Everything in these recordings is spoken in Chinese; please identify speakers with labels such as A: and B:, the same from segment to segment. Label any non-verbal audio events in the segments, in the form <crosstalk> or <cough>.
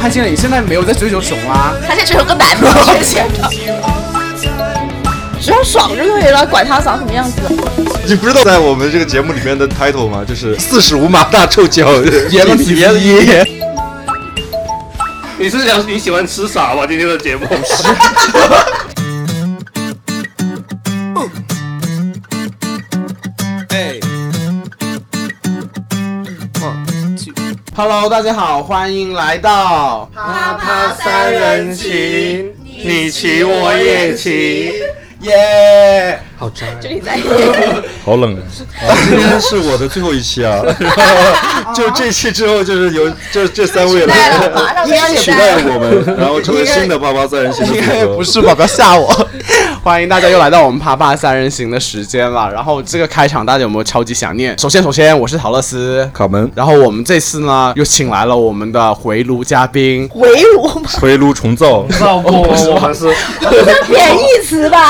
A: 开心了，你现在没有在追求啊穷啦、
B: 他现在只有个男的缺钱的， <laughs> 只要爽就可以了，管他长什么样子。
C: 你不知道在我们这个节目里面的 title 吗？就是四十五码大臭
A: <laughs>
C: 脚，
A: 爷们体
C: 别爷。
D: 你是想你喜欢吃啥吧？今天的节目
A: Hello，大家好，欢迎来到
B: 啪
D: 啪三人行，你骑我也骑。
A: 耶！
C: 好渣，
B: 这里在
C: 好冷啊！今天是我的最后一期啊， <laughs> 然后就这期之后就是有这这三位了
B: 带了，马上
A: 应该
B: 就
A: 也
C: <laughs> 取
B: 取代
C: 代我们，然后成为
A: 应该
C: 新的啪啪三人行的
A: 应
C: 组
A: 该 <laughs>
C: 合。
A: 不是吧？不要吓我！欢迎大家又来到我们啪啪三人行的时间了。然后这个开场大家有没有超级想念？首先，首先我是陶乐斯。
C: 卡门
A: 然后我们这次呢，又请来了我们的回炉嘉宾，
B: 围炉嘛，
C: 回炉
B: <laughs>
C: 重造，
D: 照顾 <laughs> 我，我们是
B: 贬义词吧？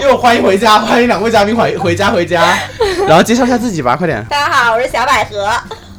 A: 又欢迎回家，欢迎两位嘉宾回回家回
D: <laughs>
A: 家。然后介绍一下自己吧，快
B: <laughs>
A: 点。
B: 大家好，我是小百合。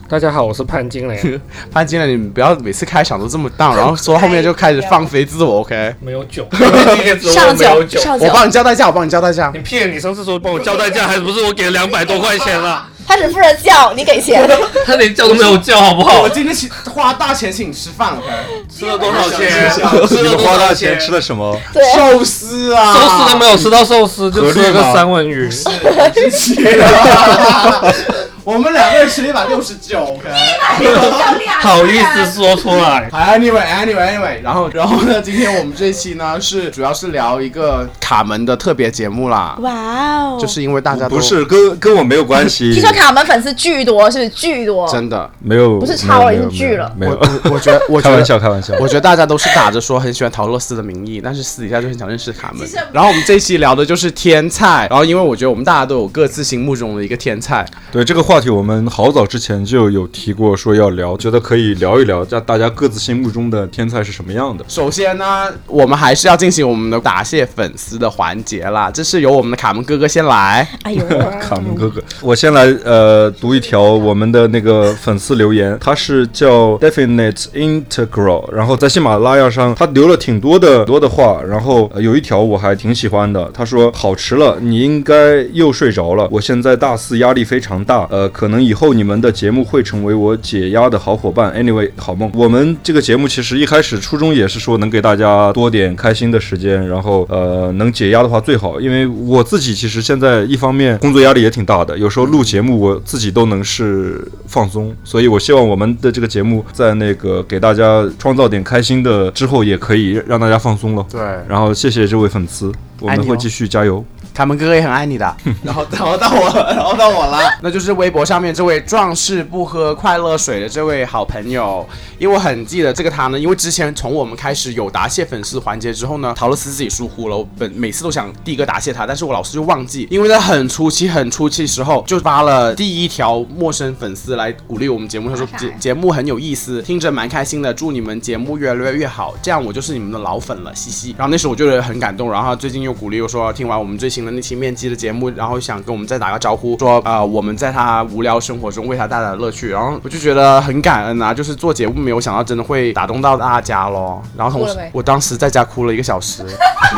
D: 大家好，我是潘金莲，
A: 潘金莲，你们不要每次开场都这么荡，然后说后面就开始放飞自我，OK？
D: <laughs> 没有 <laughs> 酒，你也只问
B: 上
D: 我没有
B: 酒，
D: 酒，
B: 上
A: 我
B: 酒，
A: 帮你叫代驾，我帮你叫代驾
D: 你。骗！你上次说帮我叫代驾，还不是我给两百多块钱啊 <laughs> 了？
B: 他只负责叫，你给钱。
D: 他连叫都没有叫，好不好
A: 我？今天请花大钱请你吃饭，OK？
D: 吃了多少钱？
C: 你
D: 吃了
C: 们
D: 多
C: 花
D: 少
C: 大钱吃了什么？
B: 对，
A: 寿司啊，
D: 寿司都没有吃到寿司，就吃了
C: 合理吗
D: 个三文鱼。
B: 啊
A: 有吃了。 <laughs> 我们两个人吃了一百六十九，OK？
B: <laughs>
D: 好意思说出来？
A: Anyway, anyway, anyway，然后，然后呢？今天我们这期呢是主要是聊一个卡门的特别节目啦，
B: 哇哦！
A: 就是因为大家都
C: 不是跟跟我没有关系
B: <laughs> 听，说卡门粉丝巨多，是不是巨多？
A: 真的，
C: 没有
B: 不是超人是巨了
C: 没
A: 我
C: 有，
A: 我我觉得，我觉
C: 开
A: 得
C: 玩笑开玩笑。
A: 我觉得大家都是打着说很喜欢陶乐斯的名义，但是私底下就很想认识卡门。然后我们这一期聊的就是天菜，然后因为我觉得我们大家都有各自心目中的一个天菜，
C: 对这个话题，我们好早之前就有提过，说要聊，觉得可以聊一聊，让大家各自心目中的天才是什么样的。
A: 首先呢，我们还是要进行我们的答谢粉丝的环节啦。这是由我们的卡门哥哥先来。
B: 哎呦，
C: 卡门哥哥，我先来呃读一条我们的那个粉丝留言，他是叫 Definite Integral，然后在喜马拉雅上他留了挺多的多的话，然后、呃有一条我还挺喜欢的，他说好迟了，你应该又睡着了，我现在大四压力非常大，呃，可能以后你们的节目会成为我解压的好伙伴。Anyway，好梦。我们这个节目其实一开始初衷也是说能给大家多点开心的时间，然后呃能解压的话最好，因为我自己其实现在一方面工作压力也挺大的，有时候录节目我自己都能是放松，所以我希望我们的这个节目在那个给大家创造点开心的之后，也可以让大家放松了。
A: 对
C: 然后谢谢这位粉丝，我
A: 爱
C: 们
A: 你哦
C: 会继续加油。
A: 卡门哥哥也很爱你的。然后，然后到我了，然后到我了，那就是微博上面这位壮士不喝快乐水的这位好朋友，因为我很记得这个他呢，因为之前从我们开始有答谢粉丝环节之后呢，陶乐斯自己疏忽了，我本每次都想第一个答谢他，但是我老是就忘记，因为在很初期很初期时候就发了第一条陌生粉丝来鼓励我们节目，他说
B: 啥
A: 节
B: 呀
A: 节目很有意思，听着蛮开心的，祝你们节目越来越好，这样我就是你们的老粉了，嘻嘻。然后那时候我就很感动，然后他最近又鼓励我说，听完我们最新的那期面基的节目，然后想跟我们再打个招呼，说啊、呃我们在他无聊生活中为他带来的乐趣，然后我就觉得很感恩啊，就是做节目没有想到真的会打动到大家咯。然后同时
B: 哭了没
A: 我当时在家哭了一个小时，
D: 哎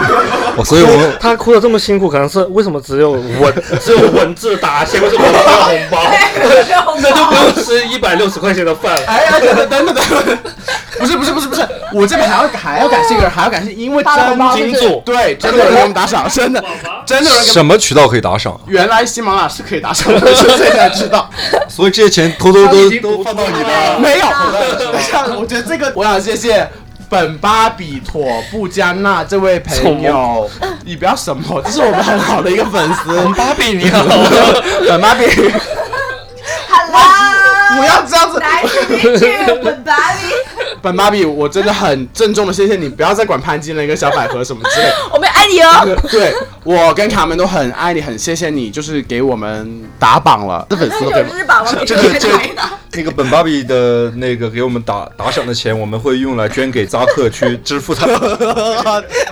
C: 哦所以我们 <laughs>
D: 他哭的这么辛苦，可能是为什么只有文 <laughs> 只有文字答谢，为什么没有红包？ <laughs> <laughs> 那就不用吃一百六十块钱的饭了。
A: 哎 <laughs> 呀，等等等等等，不是不是不是不是，我这边还要还要感谢一个人，还要感谢，因为
B: 发了红包
A: 真
D: 金主
A: 对真的有人给我们打赏，真的真的有人给我们。
C: 什么渠道可以打赏？
A: 原来喜马拉雅是可以打赏的，现在才知
D: <laughs>
A: 道。
C: 所以这些钱偷偷
D: 已
C: 都
D: 经
C: 都
D: 不
C: 放到你
D: 了
C: 的。
A: 没有，等一下，我觉得这 <laughs> 个我想谢谢。本巴比妥布加纳这位朋友，你不要什么，这是我们很好的一个粉
D: <laughs>
A: 丝。
D: 芭比你好，
A: <laughs> 本巴比，
D: <laughs>
A: 不要这样子。本巴比，我真的很郑重的谢谢你，不要再管潘金莲跟小百合什么之类的。 <laughs>
B: 我们爱你哦。
A: 对我跟卡门都很爱你，很谢谢你，就是给我们打榜了，这粉丝都给我们
B: 日榜了，
C: 这个这那个本芭比的那个给我们打打赏的钱，我们会用来捐给扎克去支付
A: <laughs>
C: 他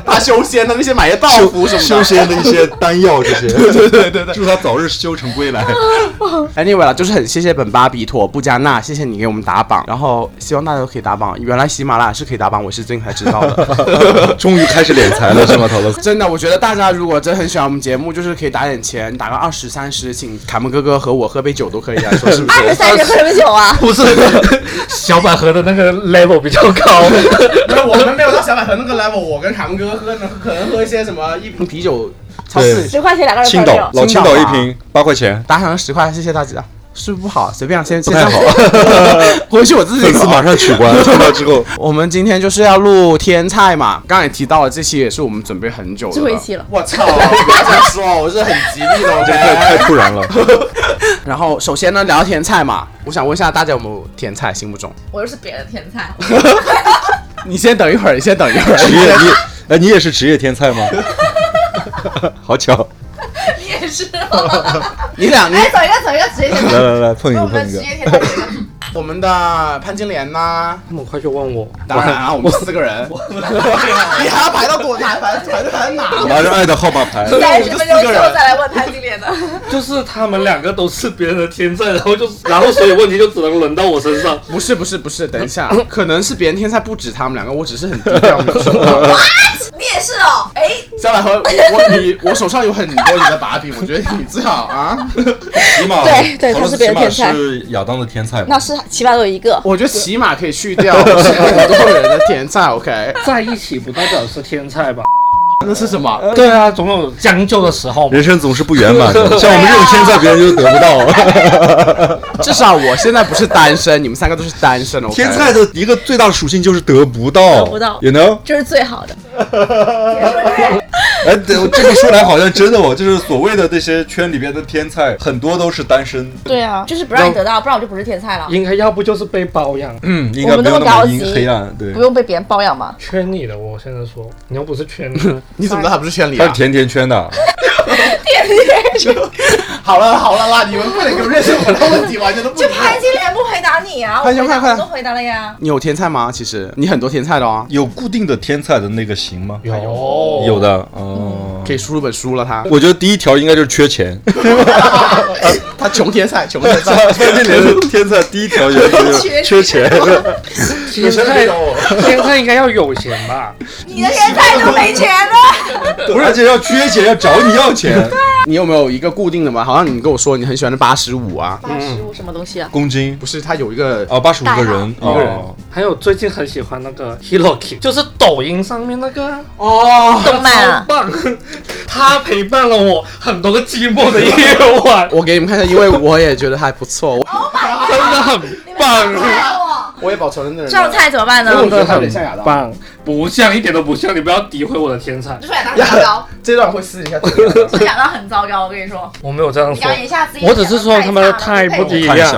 A: 他修仙的那些买的道服什么的。
C: 修仙的一些丹药这些。
A: <laughs> 对对对对。
C: 祝他早日修成归来。 <laughs>
A: Anyway 了，就是很谢谢本巴比妥布加纳，谢谢你给我们打榜，然后希望大家都可以打榜。道，原来喜马拉雅是可以打榜，我是最近才知道的。 <laughs>
C: 终于开始敛财了是吗，陶乐？
A: 真的，我觉得大家如果真的很喜欢我们节目，就是可以打点钱，打个二十三十，请卡门哥哥和我喝杯酒都可以啊，说是不
B: 二十
A: 是？
B: 三十喝什么酒啊？
D: 不是小百合的那个 level 比较
A: <laughs>
D: 高，
A: 没有，我们没有到小百合那个 level，我跟卡门哥哥喝呢，可能喝一些什么一瓶啤酒，超市
B: 十块钱两个人
C: 青
B: 喝
C: 岛
B: 酒，
C: 老青岛
A: 青岛
C: 一
A: 啊
C: 瓶八块钱，
A: 打赏十块，谢谢大家。是不好，随便啊先先
C: 太
A: 上
C: 好
A: 好， <laughs> 回去我自己
C: 粉丝
A: 搞
C: 马上取
A: <laughs>
C: 关，看到之后。
A: 我们今天就是要录天菜嘛，刚才也提到了，这期也是我们准备很久的
B: 最后一期了
A: 我操，不要再说，我是很吉利的
C: 这太
B: <laughs>
C: 太突然
A: <laughs>
C: 了，
A: 然后首先呢，聊天菜嘛，我想问一下大家有没有天菜心目中？
E: 我又是别的天
B: <laughs>
E: 才，
A: 你先等一会儿，你先等一会
C: 职
A: 儿。
C: 业你，哎，你也是职业天才吗？ <laughs> 好巧，
E: 你
B: <laughs>
E: 也是哦。
A: 你俩，你
E: 哎，走一个，走一个，直接天
C: <laughs> 来来来，碰一
E: 才，
C: 个
E: 我们
C: 碰一个
E: 直，接天
C: <laughs>
E: 才走一个。
A: 我们的潘金莲呐，
D: 那么快就问我，
A: 当然啊，我们四个人，你还要排到多排排排排哪？
C: 马上爱的号码牌，
E: 三十分钟之后再来问潘经理的。
D: 就是他们两个都是别人的天才，然后就是然后所以问题就只能轮到我身上。
A: 不是不是不是，等一下，可能是别人天菜不止他们两个，我只是很低调。没有说
E: <laughs>
A: <laughs>
E: 你也是哦，哎，
A: 小百合，我我你我手上有很多你的把柄，我觉得你最好啊。
C: 起码
B: 对对他是别人天才
C: 是亚当的天才嘛
B: <laughs> 那是起码有一个。
A: 我觉得起码可以去掉 <laughs> 是很多人的天菜，OK？
D: 在一起不代表是天才吧？
A: 那是什么？
D: 对啊，总有将就的时候嘛。
C: 人生总是不圆满
B: 啊
C: 的，像我们这种天才，别人就得不到。
A: 至少我现在不是单身，你们三个都是单身，OK？
C: 天才的一个最大属性就是得不到，
B: 得不到
C: 也能。
B: 这是最好
C: <laughs>
B: 的，
C: 哎，对这么说来好像真的哦，就是所谓的这些圈里边的天才，很多都是单身。
B: 对啊，就是不让你得到，不然我就不是天才
A: 嗯
B: 了，
D: 应该要不就是被包养，
C: 嗯，应
B: 我
C: 该
B: 们
C: 没有
B: 那么
C: 么
B: 高
C: 阴
B: 级
C: 黑暗，对
B: 不。用被别人包养嘛。
D: 圈你的。我现在说，你又不是圈你
A: <laughs>
D: 的，
A: 你怎么知道他不是圈里
C: 他是
A: 啊？
C: 甜甜圈的，
A: 好了好了啦，你们不能给我认识我的问题，完全都不
E: 就潘金莲不回答你啊，我
A: 潘金
E: 回答
A: 快快
E: 我都回答了呀。
A: <laughs> 你有天菜吗？其实你很多天菜的 <laughs> 哦，
C: 有固定的天才的那个型吗？
D: 有
C: 有的，哦。
A: 可以输入本书了他。
C: 我觉得第一条应该就是缺钱。
A: 他穷天 <laughs> 菜，穷天菜。
C: 范金莲的天才第一条原则就是 <laughs> 缺钱，
D: 天才，天才应该要有钱吧？
E: 你的天才都没钱了，
C: 不是，而且要缺钱，要找你要钱，
A: 你有没有一个固定的吗？好像你跟我说你很喜欢的八十五啊，
B: 八十五什么东西
C: <laughs>
B: 啊？
C: 公斤
A: 不是他有一个
C: 啊，八十五个人，哦一
A: 一个人
D: 还有最近很喜欢那个 Hiroki，就是抖音上面那个啊
A: 哦。
B: 动漫
D: 超
C: <laughs>
B: 啊，
D: 棒， <laughs> 他陪伴了我很多个寂寞的夜晚，
A: 我给你们看一下，因为我也觉得还不错，我
D: 真的很棒。
C: 啊
E: 打 <laughs> 我
A: 我也保存了那个
B: 这种菜怎么办呢？
A: 我觉得他有点像亚当，
D: 棒，不像，一点都不像，你不要诋毁我的天才
E: 就。是亚当很糟糕，
A: 这段会撕一下。
E: 就是亚当很糟糕，我跟你说，
D: 我没有这样
E: 你
D: 说
E: 刚，刚一下子，
D: 我只是说他们太不一
C: 样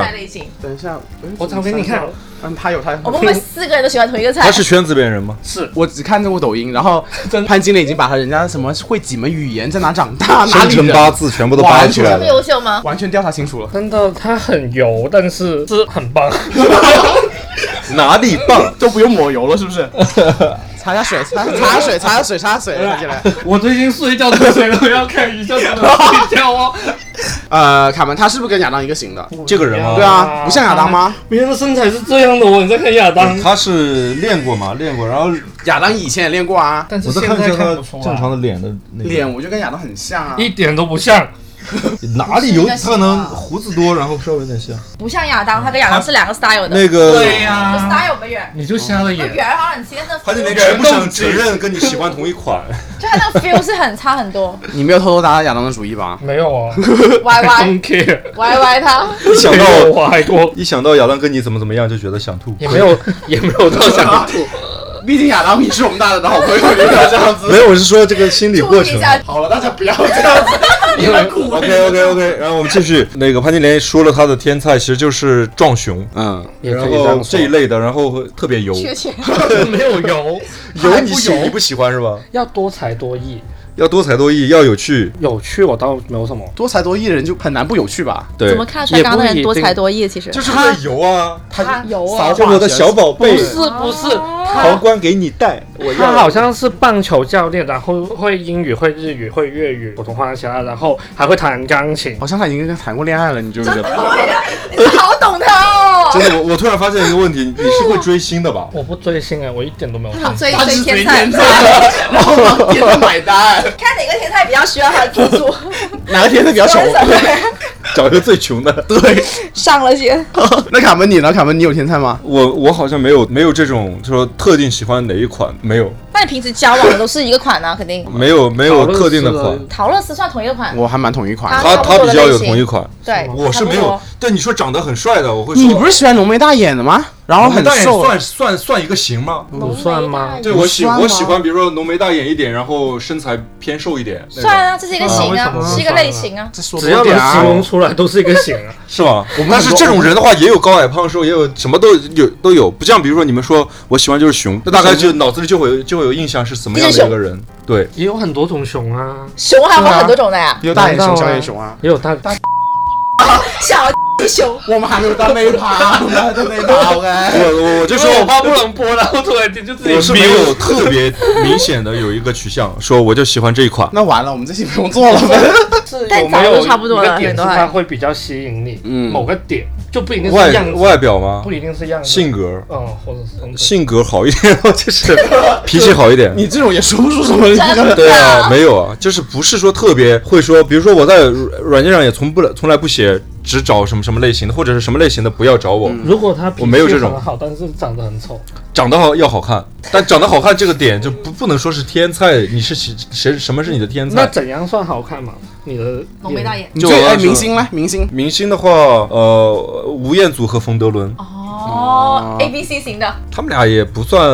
A: 等一下，哎
D: 我常给你看，
A: 嗯，他有他有。
B: 我们会不会四个人都喜欢同一个菜？
C: <laughs> 他是圈子边人吗？
D: 是
A: <laughs> 我只看这部抖音，然后
D: 真的
A: 潘金莲已经把他人家什么会几门语言，在哪长大，哪
C: 生
A: 里
C: 辰
A: 人，
C: 八字全部都扒出来
B: 这么
C: 了。
B: 优秀吗？
A: 完全调查清楚了。
D: 真的，他很油，但是是很棒。
C: <laughs> 哪里棒？
A: 都不用抹油了，是不是？擦下水，擦 <laughs> 擦水，擦下水，擦下水， <laughs> 看起来。
D: <laughs> 我最近睡觉都睡都要看一下才能睡觉哦。 <laughs>
A: 呃，卡门他是不是跟亚当一个型的？
C: 这个人
A: 对
C: 啊，
A: 啊，不像亚当吗？
D: 别人的身材是这样的，我你在看亚当，
C: 他是练过嘛，练过，然后
A: 亚当以前也练过啊，
D: 但是
C: 我都
D: 现
C: 看
D: 在
C: 见他
D: 看不出来，
C: 正常的脸的那个
A: 脸我就跟亚当很像啊。
D: 一点都不像。
C: 哪里有？他可能胡子多，然后稍微有点像
B: 不像亚当，他跟亚当是两个 style 的。
C: 那个。
E: 我 style 不远，
D: 你就瞎了
E: 我
D: 眼。
E: 远好像你今天的
C: 他就连
E: 这
C: 全不想承认跟你喜欢同一款，
B: 就他那个 feel 是很差很多。
A: 你没有偷偷打亚当的主意吧？
D: 没有啊
B: 歪
D: <laughs> ，I
B: 歪
D: don't care，
B: 歪歪他，
C: 一想
D: 没有啊
C: 到 <laughs>
D: 我爱过，
C: 一想到亚当跟你怎么怎么样就觉得想吐，
D: 也没有也没有到想吐。
A: 毕竟亚当也是我们大家的好朋友，你不要这样
C: <laughs>
A: 子。
C: <laughs> 没有，我是说这个心理
E: 注
C: 过
E: 意一
C: 程。
E: 下，
A: 好了，大家不要这样子，你们哭。
C: OK OK OK，然后我们继续。那个潘金莲说了她的天菜其实就是壮熊，
A: 嗯，
D: 也
C: 然后这一类的，然后会特别油，
B: 缺钱。
D: <laughs> 没有油，
C: <laughs> 油你喜你不喜欢是吧？
D: 要多才多艺，
C: 要多才多艺，要有趣，
D: 有趣我倒没有什么。
A: 多才多艺的人就很难不有趣吧？
C: 对
B: 怎，么看得出来刚刚那人多才多艺？其实
C: 就是会油啊。
A: 他
B: 有
A: 骚
B: 啊，
C: 这是我的小宝贝
D: 不，是不是，
B: 哦
D: 哦
C: 皇冠给你戴，我
D: 他
C: 要。
D: 好像是棒球教练，然后会英语、会日语、会粤语、普通话其他，然后还会弹钢琴。
A: 好像他已经跟他谈过恋爱了，你觉不觉得？
E: 你好懂他哦，
C: <laughs> 真的，我我突然发现一个问题，你是会追星的
A: <laughs>
C: 吧？
D: 我不追星哎，我一点都没有看。
B: 所以
A: 他
B: 所
A: 是
B: 以
A: 随
B: 天
A: 天
E: <laughs>
A: 菜
B: 菜，，
A: 然后帮天菜买单，
B: 看哪个天菜比较需要他的资助， <laughs>
A: 哪个天菜比
E: <laughs>
A: 较穷？
C: 找一个最穷的。
A: 对，
B: 上了先。
A: <laughs> 那卡门你呢？卡门你有天菜吗？
C: 我我好像没有没有这种说特定喜欢哪一款，没有
B: 那你平时交往的都是一个款呢、肯定。
C: 没有
D: 哎
C: 没有特定的
D: 陶乐
C: 款
D: 斯，
E: 陶乐斯算同一个款，
A: 我还蛮同一款
B: 啊。
C: 他
B: 差不
C: 他
B: 多
C: 比
B: 的
C: 较
B: 类
C: 有
B: 型
C: 同一款，
B: 对，
C: 我是
B: 差不
C: 没
B: 多
C: 有。。对你说长得很帅的，我会说
A: 你不是喜欢浓眉大眼的吗？然后
C: 浓眉
A: 很
C: 大眼
A: 瘦，
C: 算算算一个型吗？
D: 不算吗？
C: 对
A: 不
C: 我喜
A: 算
C: 我
A: 吗
C: 喜欢，比如说浓眉大眼一点，然后身材偏瘦一点，那种
B: 算啊，这是一个型
D: 那
B: 啊
D: 为什，么
B: 是一个类型啊。
A: 这说
D: 只要
A: 多
D: 能
A: 点啊
D: 形容出来，都是一个型啊。
C: 是吗？
A: 我们
C: 但是
A: 很多
C: 这种人的话，也有高矮胖瘦，也有什么都有都有，不像比如说你们说我喜欢就是熊，那大概就脑子里就会有就会有印象是什么样的一个人。对，
D: 也有很多种熊啊，
B: 熊还有分很多种的呀，
A: 有大眼熊、小眼熊啊。
D: 也有大
B: 小熊。
A: 我们还没有到那一趴，我们还在那一趴
C: 我
A: OK。
C: 我我就说
D: 我怕不能播，然后突然间就自己
C: 我是没有特别明显的有一个取向，说我就喜欢这一款。
A: 那完了，我们这期不用做了呗。 <laughs>
B: 但
D: 有没
B: 早
D: 有
B: 就差不多
D: 一
B: 了
D: 个点
B: 很多
D: 是
B: 啊还
D: 它会比较吸引你，
A: 嗯
D: 某个点就不一定
C: 外
D: 是样子，
C: 外表吗
D: 不？一定是样子，
C: 性格
D: 嗯，或者是风格
C: 性格好一点， <laughs> 就是脾气好一点。
A: 你这种也说不出什么。这 <laughs> 个
C: 对啊，没有啊，就是不是说特别会说，比如说我在软软件上也从不从来不写，只找什么什么类型的，或者是什么类型的不要找我。
A: 嗯
D: 如果他脾气
C: 我没有这种
D: 很好，但是长得很丑，
C: 长得好要好看，但长得好看这个点就不不能说是天菜，你是谁谁什么是你的天
D: 那
C: 菜？
D: 怎样算好看嘛？你的
E: 浓眉大眼。
A: 你
C: 就
A: 最
C: 我
A: 哎，
C: 来说
A: 明星呢？明星
C: 明星的话，呃，吴彦祖和冯德伦，
E: 哦，A B C 型的，
C: 他们俩也不算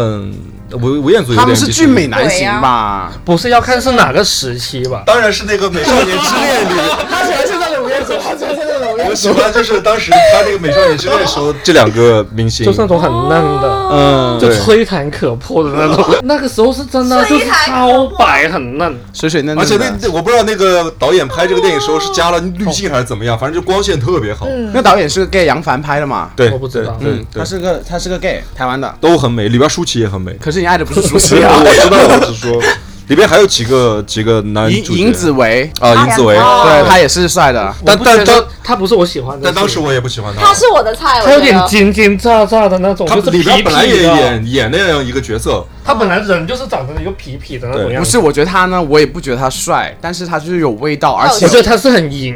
C: 吴吴彦祖有
A: 他
C: 点
A: 们是
C: 比
A: 俊美男
E: 对
A: 型
E: 呀
A: 吧？
D: 不是要看是哪个时期吧？
C: 当然是那个美少年之恋里，
A: 他喜欢现在的吴彦祖，他喜欢现在的吴
C: 我喜欢就是当时他那个美少年之恋时候这两个明星，
D: 就是那种很嫩的，
C: 嗯，
D: 就
C: 对
D: 吹弹可破的那种。那个时候是真的，就是超白很嫩，
A: 水水嫩嫩
C: 而且
A: 的，
C: 那我不知道那个导演拍这个电影时候是加了滤镜还是怎么样，反正就光线特别好。
A: 那导演是个 gay 杨凡拍的嘛？
C: 对，
D: 我不知道
C: 对
A: 嗯，
C: 对
A: 他
C: 对，
A: 是个他是个 gay，台湾的。
C: 都很美，里边舒淇也很美。
A: 可是你爱的不是 <laughs> 舒淇
C: 是啊，
A: 啊，
C: 我知道，我是说，里边还有几个几个男
A: 尹
C: 主角
A: 尹子维，
C: 啊，尹子维，
E: 哦
A: 对他也是帅的。
C: 但
D: 我不
C: 但
D: 觉得
C: 当
D: 他不是我喜欢的，
C: 但当时我也不喜欢
B: 他是我的菜，我
D: 他有点
B: 觉得
D: 金金炸炸的那种，
C: 他
D: 就是
C: 里边
D: 痞痞
C: 本来也
D: 的，
C: 演演那样一个角色，
D: 他本来人就是长成一个痞痞的那种
C: 对
D: 样
A: 不
D: 子。
A: 是，我觉得他呢，我也不觉得他帅，但是他就是有味道，而且
D: 我觉得他是很淫，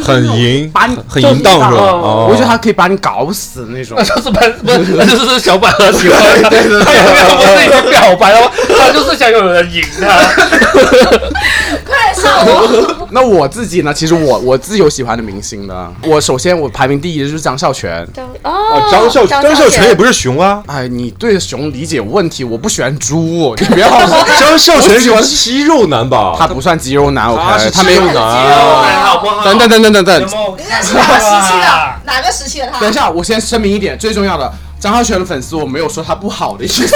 C: 很淫，
A: 把你
C: 很淫荡是吧？
D: 就是
C: 哦
A: 我觉得他可以把你搞死那种
D: 那。就是白，不是，那就是小百合喜欢他，他也没有不是已经表白了吗？他就是想有人赢他。
B: 哎
E: 快上我！
A: 那我自己呢？其实我我自己有喜欢的明星的。我首先我排名第一的就是张孝全。
B: 哦
C: 啊，张孝张孝全也不是熊啊，
A: 哎，你对熊理解有问题，我不喜欢猪，你不要说
C: 张孝全是肌肉男吧？
A: 他不算肌肉男，OK，
C: 是
A: 他没有
C: 肌肉男，
D: 好不好
A: 等等等等等等，
D: 么
E: 你这是哪个时期的？哪个时期的他？
A: 等一下，我先声明一点，最重要的，张浩全的粉丝我没有说他不好的意思，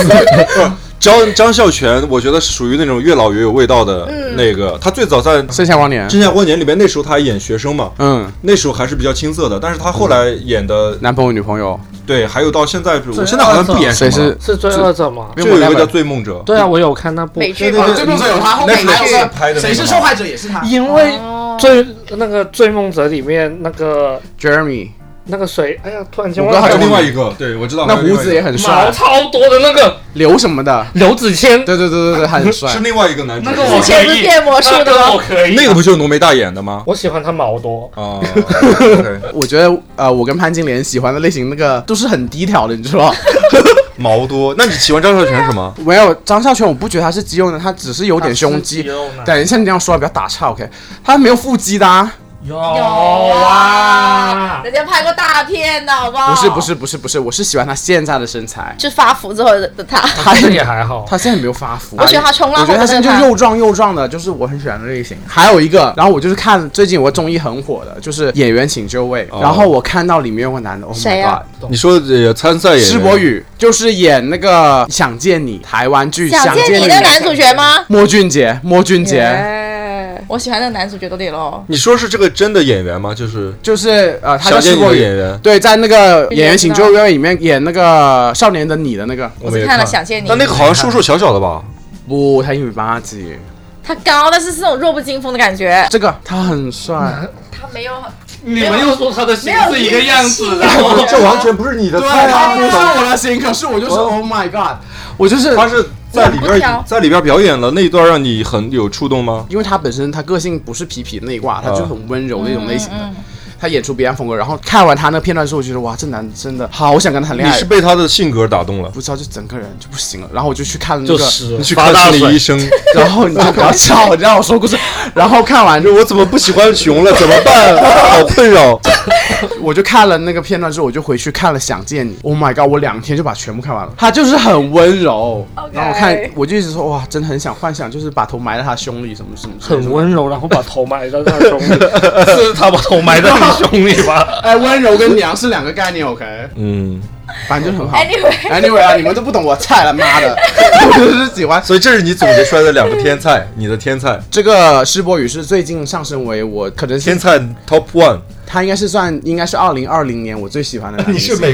C: 张张孝全，我觉得是属于那种越老越有味道的
B: 嗯
C: 那个。他最早在《
A: 盛夏光年，
C: 真夏光年》里面，那时候他还演学生嘛，
A: 嗯，
C: 那时候还是比较青涩的。但是他后来演的，
A: 男朋友女朋友，
C: 对，还有到现在，我现在好像不演什
A: 谁
C: 么
A: 是
C: 了。
D: 是罪恶者吗？
A: 没
C: 就
A: 有
C: 有一个叫《
A: whatever
C: 醉梦者》，
D: 对啊，我有看那部
B: 美剧
C: 对
B: 吗
C: 对？
A: 最哦梦者有他，后面还有
C: Netflix 拍的那个吗
A: 谁是受害者也是他
D: 因为
B: 哦
D: 最那个《追梦者》里面那个
A: ，Jeremy，
D: 那个谁，哎呀，突然间
A: 我
D: 忘
A: 不知道
C: 还有
D: 了
C: 另外一个，对我知道，
A: 那
C: 还有另
A: 胡
C: 外一
A: 子
C: 个
A: 也很
D: 毛
A: 帅，
D: 超多的那个
A: 刘什么的，
D: 刘子谦，
A: <laughs> 对对对对对，他很帅
C: 是，另外一个男主
D: 那
C: 角，
D: 个我可
B: 前不是
D: 以，
B: 变魔术的吗
D: 那个我可以，啊
C: 那个不就是浓眉大眼的吗？
D: 我喜欢他毛多，
C: 啊，OK，
A: <laughs> 我觉得呃，我跟潘金莲喜欢的类型那个都是很低调的，你知道吗。 <laughs>
C: 毛多。那你喜欢张孝全什么？
A: 没有张孝全，我不觉得他是肌肉男，他只是有点胸肌
D: 他是肌肉。男
A: 等一下，你这样说不要打岔，OK？他没有腹肌的、啊，
D: 有
E: 有啊
D: 啊，，
E: 人家拍过大片的，好不
B: 哦
A: 不
E: 好？
A: 是不，是不是不是，我是喜欢他现在的身材。
B: 就发福之后的他，
A: 他
D: 这个也还好。
A: 他现在没有发福，
B: 我觉得他冲浪
A: 我觉得他
B: 后面
A: 现在
B: 那
A: 就
B: 个
A: 又壮又壮的，就是我很喜欢的类型。还有一个，然后我就是看最近有个综艺很火的，就是《演员请就位》，
C: 哦
A: 然后我看到里面有个男的，Oh
B: 谁
A: my
B: 啊
A: god，
C: 你说的参赛演员
A: 施柏宇就是演那个《想见你》台湾剧《
B: 想见
A: 见
B: 你
A: 你
B: 那》个男主角吗？
A: 莫俊杰，莫俊杰。
B: 耶，我喜欢那个男主角都得喽。
C: 你说是这个真的演员吗？就是
A: 就是呃，他叫
C: 想见
A: 施
C: 你的
A: 柏宇
C: 演员，
A: 对，在那个《演员请就位》里面演那个《少年的你》的那个，
B: 我只
C: 没
B: 看了
C: 看
B: 想见你
C: 但那个好像瘦瘦小小的吧？
A: 不，他一米八几，
B: 他高，但是是那种弱不禁风的感觉。
A: 这个他很帅，
E: 他没有
D: 你们又说他的形
E: 没有
D: 是一个样子的，
E: 没有
D: 然后
C: <laughs> 这完全不是你的
A: 对，
C: 菜
A: 他
C: 啊！
A: 不是我的心，可是我就是 Oh my God，我就是
C: 他是在里边
B: 我不挑
C: 儿在里边儿表演了那一段，让你很有触动吗？
A: 因为他本身他个性不是痞痞那一
C: 啊
A: 挂，他就是很温柔那种类型的。他演出别样风格，然后看完他那片段之后，我觉得哇，这男的真的好想跟他谈
C: 你
A: 恋爱
C: 是。被他的性格打动了，
A: 不知道就整个人就不行了，然后我就去看那
D: 就
A: 个，
D: 是
C: 你去
D: 发
C: 看
D: 大
C: 心理医
D: 水。
C: 生。
A: <laughs>
C: <laughs>
A: 然后你就不要笑，你让我说故事。然后看完
C: 就我怎么不喜欢熊 <laughs> 了？怎么办？好困扰。
A: 我就看了那个片段之后，我就回去看了《想见你》。Oh my god！我两天就把全部看完了。他就是很温柔
E: OK
A: 然后我看我就一直说哇，真的很想幻想，就是把头埋在他胸里什么什么之类的
D: 很。温柔，然后把头埋在他胸里， <laughs> 是他把头埋在你胸里吧？
A: 哎，温柔跟娘是两个概念，OK？
C: <laughs> 嗯，
A: 反正就很好。
E: Anyway
A: Anyway 啊，你们都不懂我菜了，妈的！我就是喜欢
C: 所以这是你总结出来的两个天菜，你的天菜，
A: 这个世博宇是最近上升为我可能是
C: 天菜 top one。
A: 他应该是算应该是二零二零年我最喜欢的男明星。
C: 个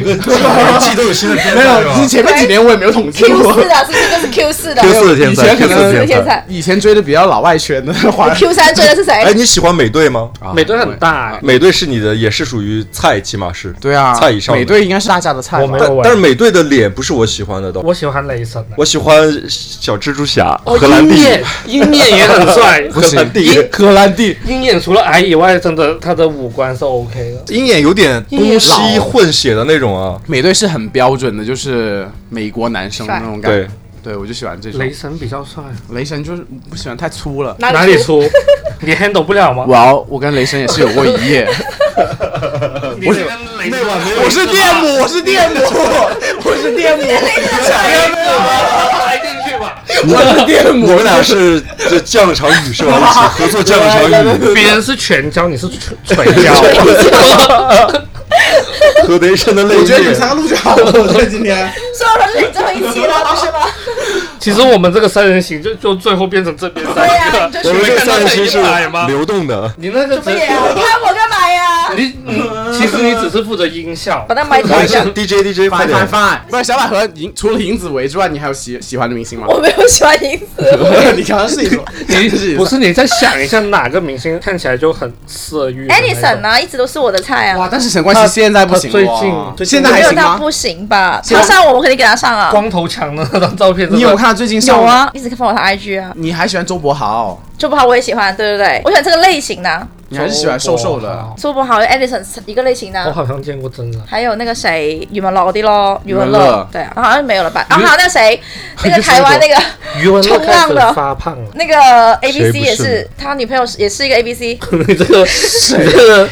C: 季都有新的天
A: 没有？之前面几年我也没有统计
B: Q
A: 过。
B: 四的，是这个是 Q 四的
C: Q 四的天
A: 以
C: 菜
A: 前可
C: ，Q
A: 能
C: 四
B: 天
C: 的天菜。
B: 才
A: 以前追的比较老外圈的华人。
B: ，Q 三追的是
C: 哎，
B: 谁？
C: 你喜欢美队吗？
A: 啊
D: 美队很大，欸
C: 美队是你的，也是属于菜，起码是。
A: 对啊，
C: 菜以上的
A: 美队应该是大家的菜吧。
D: 我没有
C: 但但是美队的脸不是我喜欢的都，
D: 我喜欢雷神的。
C: 我喜欢小蜘蛛侠，
D: 哦
C: 荷兰
D: 鹰
C: 弟，
D: 眼，鹰眼也很帅。
A: 不
C: 荷
A: 行
C: 兰，弟，
A: 荷兰弟
D: 鹰眼除了矮以外，真的他的五官是 OK 的。
C: 鹰眼有点东西混血的那种啊。
A: 美队是很标准的，就是美国男生
B: 帅
A: 那种感觉。
C: 对，
A: 对，我就喜欢这种。
D: 雷
A: 雷
D: 神比较帅，
A: 神就是不喜欢太粗了。
D: 哪里粗？ <laughs> 你 handle 不了吗？
A: 哇哦，我跟雷神也是有过一夜，
D: 我是那晚没
A: 我是电母，我是电母，我是电母，
D: 哎来进去吧。
A: 我是电母
C: 我。们俩是这降了场雨是吧？一起合作降了场雨，
D: 别人是拳脚，你是捶捶脚。
C: <laughs> 何德胜的
A: <laughs>
C: 泪
A: 我觉得你们三
C: 液。
A: 个录就好了，我觉得今天。
E: 所以我说是你最后一期了，不是吗？
D: 其实我们这个三人行就就最后变成这边三
E: 对呀、
D: 个
E: 你。就
C: 我
E: 是
C: 们这
D: 看到
C: 三人
D: 这
C: 行
D: 一
C: 是
D: 排吗
C: 流动的，
D: 你那个
E: 什
D: 只
E: 么呀？
B: 啊
D: <laughs>
E: 你看我干嘛呀？
D: 你你其实你只是负责音效
B: 把，那麦调
C: 来
B: 一下。
C: DJ DJ 快
A: 翻翻
C: 点，
A: 翻！不是小百合，银除了银子维之外，你还有喜喜欢的明星吗？
B: 我没有喜欢银
A: <laughs>
B: 子，
A: 你刚刚是一种，
D: 你
A: 是
D: 不是你再想一下哪个明星看起来就很色欲的那种
B: Edison 呢，一直都是我的菜
A: 哇！
B: 啊。
A: 但是陈冠希现在不行
D: 他最
A: 哇
D: 近最近
A: 现在还
B: 没有
A: 行
B: 到
A: 吗？
B: 不行吧？
A: 现在
B: 他上我，我肯定给他上啊。
D: 光头强的那张照片，
A: 你有？看到最近上
B: 有？啊，一直看我他 IG 啊，
A: 你还喜欢周柏豪？
B: 周柏豪我也喜欢，对不对？我喜欢这个类型的，
A: 你还是喜欢瘦瘦
D: 哦
A: 的？
B: 周柏豪、Edison 一个类型
D: 我
B: 的。
D: 好像见过真人。
B: 还有那个谁，余文乐啲咯，余文
A: 余文乐
B: 乐，对啊，然后好像没有了吧？然后还有那个谁，那个台湾那个
D: 余文乐
B: 冲
D: 开
B: 浪
D: 始
B: 的。
D: 发胖了 <laughs>
B: 那个 A
C: 谁
B: B
C: 不
B: C 也
C: 是
B: 是，他女朋友是也是一个 A B C，
D: 你这个，你这个，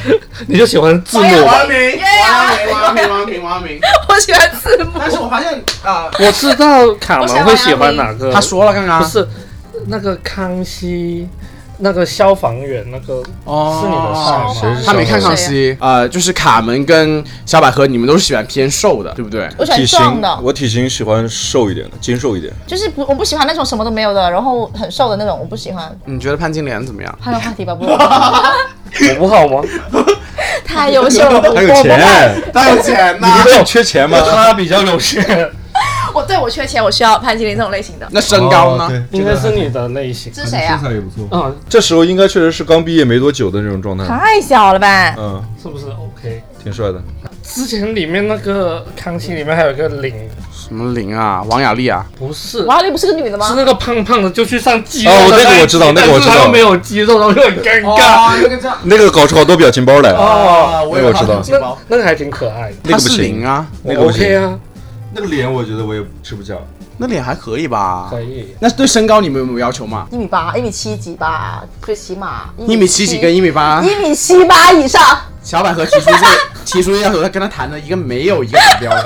D: 你就喜欢字幕吧？
A: 哎明
B: 王阳明
A: 王阳明，王阳明，王阳明。
B: 我喜欢字幕。
A: 但是我发现啊， <laughs>
D: 我知道卡门会喜欢哪个，
A: 他说了刚刚
B: 啊
D: 不是那个康熙，那个消防员那个是你的菜
A: 哦
D: 吗？
B: 谁是
A: 他没看康熙，呃，就是卡门跟小百合，你们都是喜欢偏瘦的，对不对？
B: 我喜欢
C: 体
B: 壮
C: 型
B: 的，
C: 我体型喜欢瘦一点的，精瘦一点。
B: 就是不我不喜欢那种什么都没有的，然后很瘦的那种，我不喜欢。
A: 你觉得潘金莲怎么样？
B: 换个话题吧，不，
D: 我不好吗？
B: 太优秀了，
C: 还有
B: 我不看。
C: 钱，
A: 他有钱
C: 你不是缺钱吗？
D: <laughs> 他比较有
C: <laughs>
D: 钱，
B: 我对我缺钱，我需要潘金莲这种类型的。
A: 那身高
C: 哦
A: 呢？？
D: 应该是你的类型。
B: 这是谁啊？
C: 材也不错。
D: 嗯，
C: 这时候应该确实是刚毕业没多久的那种状态。
E: 啊
B: 太小了吧？
C: 嗯，
D: 是不是 OK？
C: 挺帅的。
D: 之前里面那个康熙里面还有一个零，
A: 什么玲啊，王雅莉啊？
D: 不是。
B: 王丽不是个女的
D: 是
B: 吗？
D: 那个胖胖的，就去上肌肉
C: 哦那
D: 的
C: 个
D: 一集
C: 我知道那个我知道
D: 但是他又没有肌肉，然后就很尴尬。
A: 那个叫
C: 那个搞出好多表情包来，啊
A: 哦，
C: 那个我知道
D: 那那个还挺可爱的，
C: 那
A: 他
C: 个
A: 是
C: 不行
A: 零，啊，
C: 那个
D: 我
C: 不行
D: OK 啊，
C: 那个脸我觉得我也吃不下。
A: 那脸还可以吧？
D: 可以。
A: 那对身高你们有没有要求吗？
B: 一米八，一米七几吧，最起码
A: 一米七几跟一米 <laughs> 八，
B: 一米七八以上。
A: 小百合提出这提出这要求，他跟他谈了一个没有一个指标的，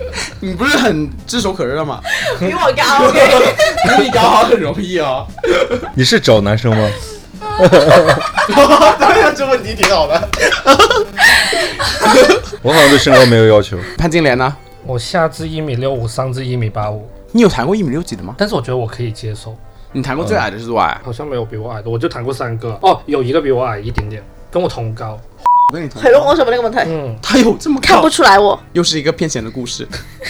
C: <laughs>
A: 你不是很炙手可热吗？
B: 比我
E: <laughs>
B: 高，OK。
A: 那你搞好很容易哦。
C: 你是找男生吗？
A: 对呀，这问题挺好的。
C: 我好像对身高没有要 <laughs> 求。
A: 潘金莲呢？
D: 我下至一米六五，上至一米八五，
A: 你有谈过一米六几的吗？
D: 但是我觉得我可以接受，
A: 你谈过最矮的是多矮？啊
D: 好像没有比我矮的，我就谈过三个哦，有一个比我矮一点点，跟我同高。
A: 我跟你谈
B: 很，容我什么那个问题？
D: 嗯，
A: 他有这么高
B: 看不出来我，
A: 又是一个骗钱的故事。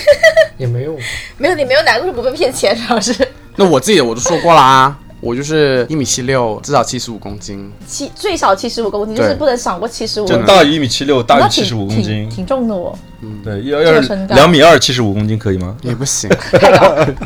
A: <laughs>
D: 也没有，
E: <laughs>
B: 没有你没有哪个是不被骗钱，主要是
A: 那我自己的我都说过啦，我就是一米七六，至少七十五公斤。
E: 七最少七十五公斤，就是
A: 对
E: 不能少过七十五。
A: 真的
C: 我大于一米七六，大
E: 那
C: 于
E: 挺
C: 七十五公斤
E: 挺，挺重的哦我。
C: 对，要要
E: 这个身高
C: 两米二七十五公斤可以吗？
A: 也不行，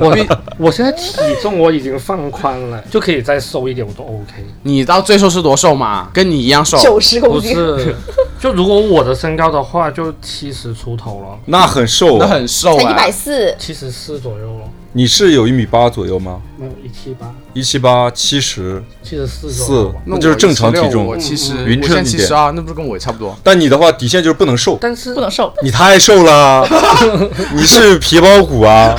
D: 我我现在体重我已经放宽了， <laughs> 就可以再瘦一点，我都 OK。
A: <laughs> 你到最瘦是多瘦嘛？跟你一样瘦，
E: 九十
D: 不
E: 公斤，
D: 是，就如果我的身高的话，就七十出头了，
C: 那很瘦
A: 那
C: 啊！
A: 很瘦
E: 才
A: 啊
E: 一。百四，
D: 七十四左右了，
C: 你是有一米八左右吗？
D: 没有一七八，
C: 一七八七十，
D: 七十四左右
C: 四
D: 吧，。
A: 那
C: 就是正常体
A: 我
C: 重。嗯
A: 其实
C: 匀
A: 我现
C: 称
A: 在
C: 一
A: 七
C: 点
A: 十二，那不是跟我也差不多？
C: 但你的话底线就是不能瘦，
D: 但是
E: 不能瘦。
C: 你太瘦了，啊你是皮包骨啊！
E: <laughs>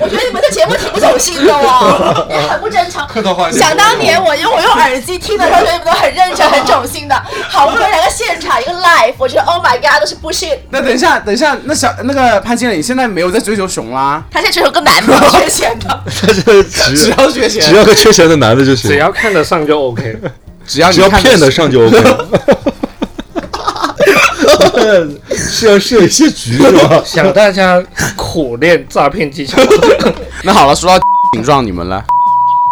E: 我觉得你们这节目挺不走心的 <laughs> 哦，也很不正常。
C: 客套话
E: <laughs> 想当年我用我用耳机听的时候，觉得你们都很认真、很走心的。好不容易来个现场一个 live，我觉得 Oh my God，都是 bullshit。
A: 那等一下，等一下，那小那个潘经理现在没有在追求熊啦，
E: 他现在追求个男的，缺钱 <laughs> 的，
C: 他是
A: <laughs> 只
C: 只
A: 要缺钱，
C: 只要个缺钱的男的就行
D: 只，要看得上就 OK。
A: 只要
C: 只要
A: 你看
C: 骗得上就 OK。是要设一些局是吧？
D: 想大家苦练诈骗技巧，
A: 那好了，说到形状你们了，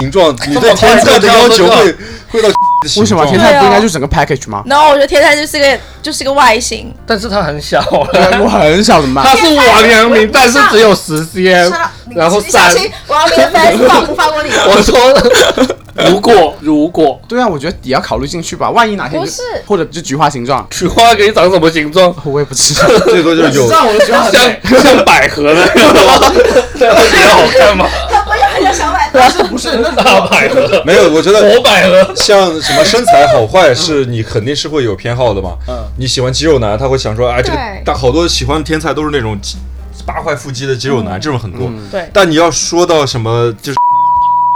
C: 形状，你对天才的要求会会到的
A: <laughs>
C: 形
A: 为什么
C: 状
A: 天才不应该就 <laughs> 整个 package 吗？
E: 然后我觉得天才就是个就是个外形，
D: 但是它很小
A: 对
D: 了。
A: 啊，我很小怎么
D: 它
A: 办？
D: 是王阳明，但是只有十 cm，然后
E: 你小
D: 三。
E: 心，我要连 fans 放不放过你？
D: 我说，如果如果
A: 对啊，我觉得也要考虑进去吧，万一哪天
E: 不
A: 就是或者就菊花形状，
D: 菊花给你长什么形状？
A: 我也不
E: <laughs>
A: 知道。
C: 最多就是有
A: 知道我的菊花很美，
D: 像像百合的，这样会觉得好看吗？
E: 他不是很想小买
A: 但是不是那
D: 大百合，
C: 没有？我觉
D: 活
C: 得
D: 百合，
C: 像什么身材好坏是你肯定是会有偏好的嘛。
A: 嗯
C: 你喜欢肌肉男，他会想说，哎，这个
E: 对
C: 但好多喜欢天才都是那种肌八块腹肌的肌肉男，这种很多。
E: 对
C: 但你要说到什么就是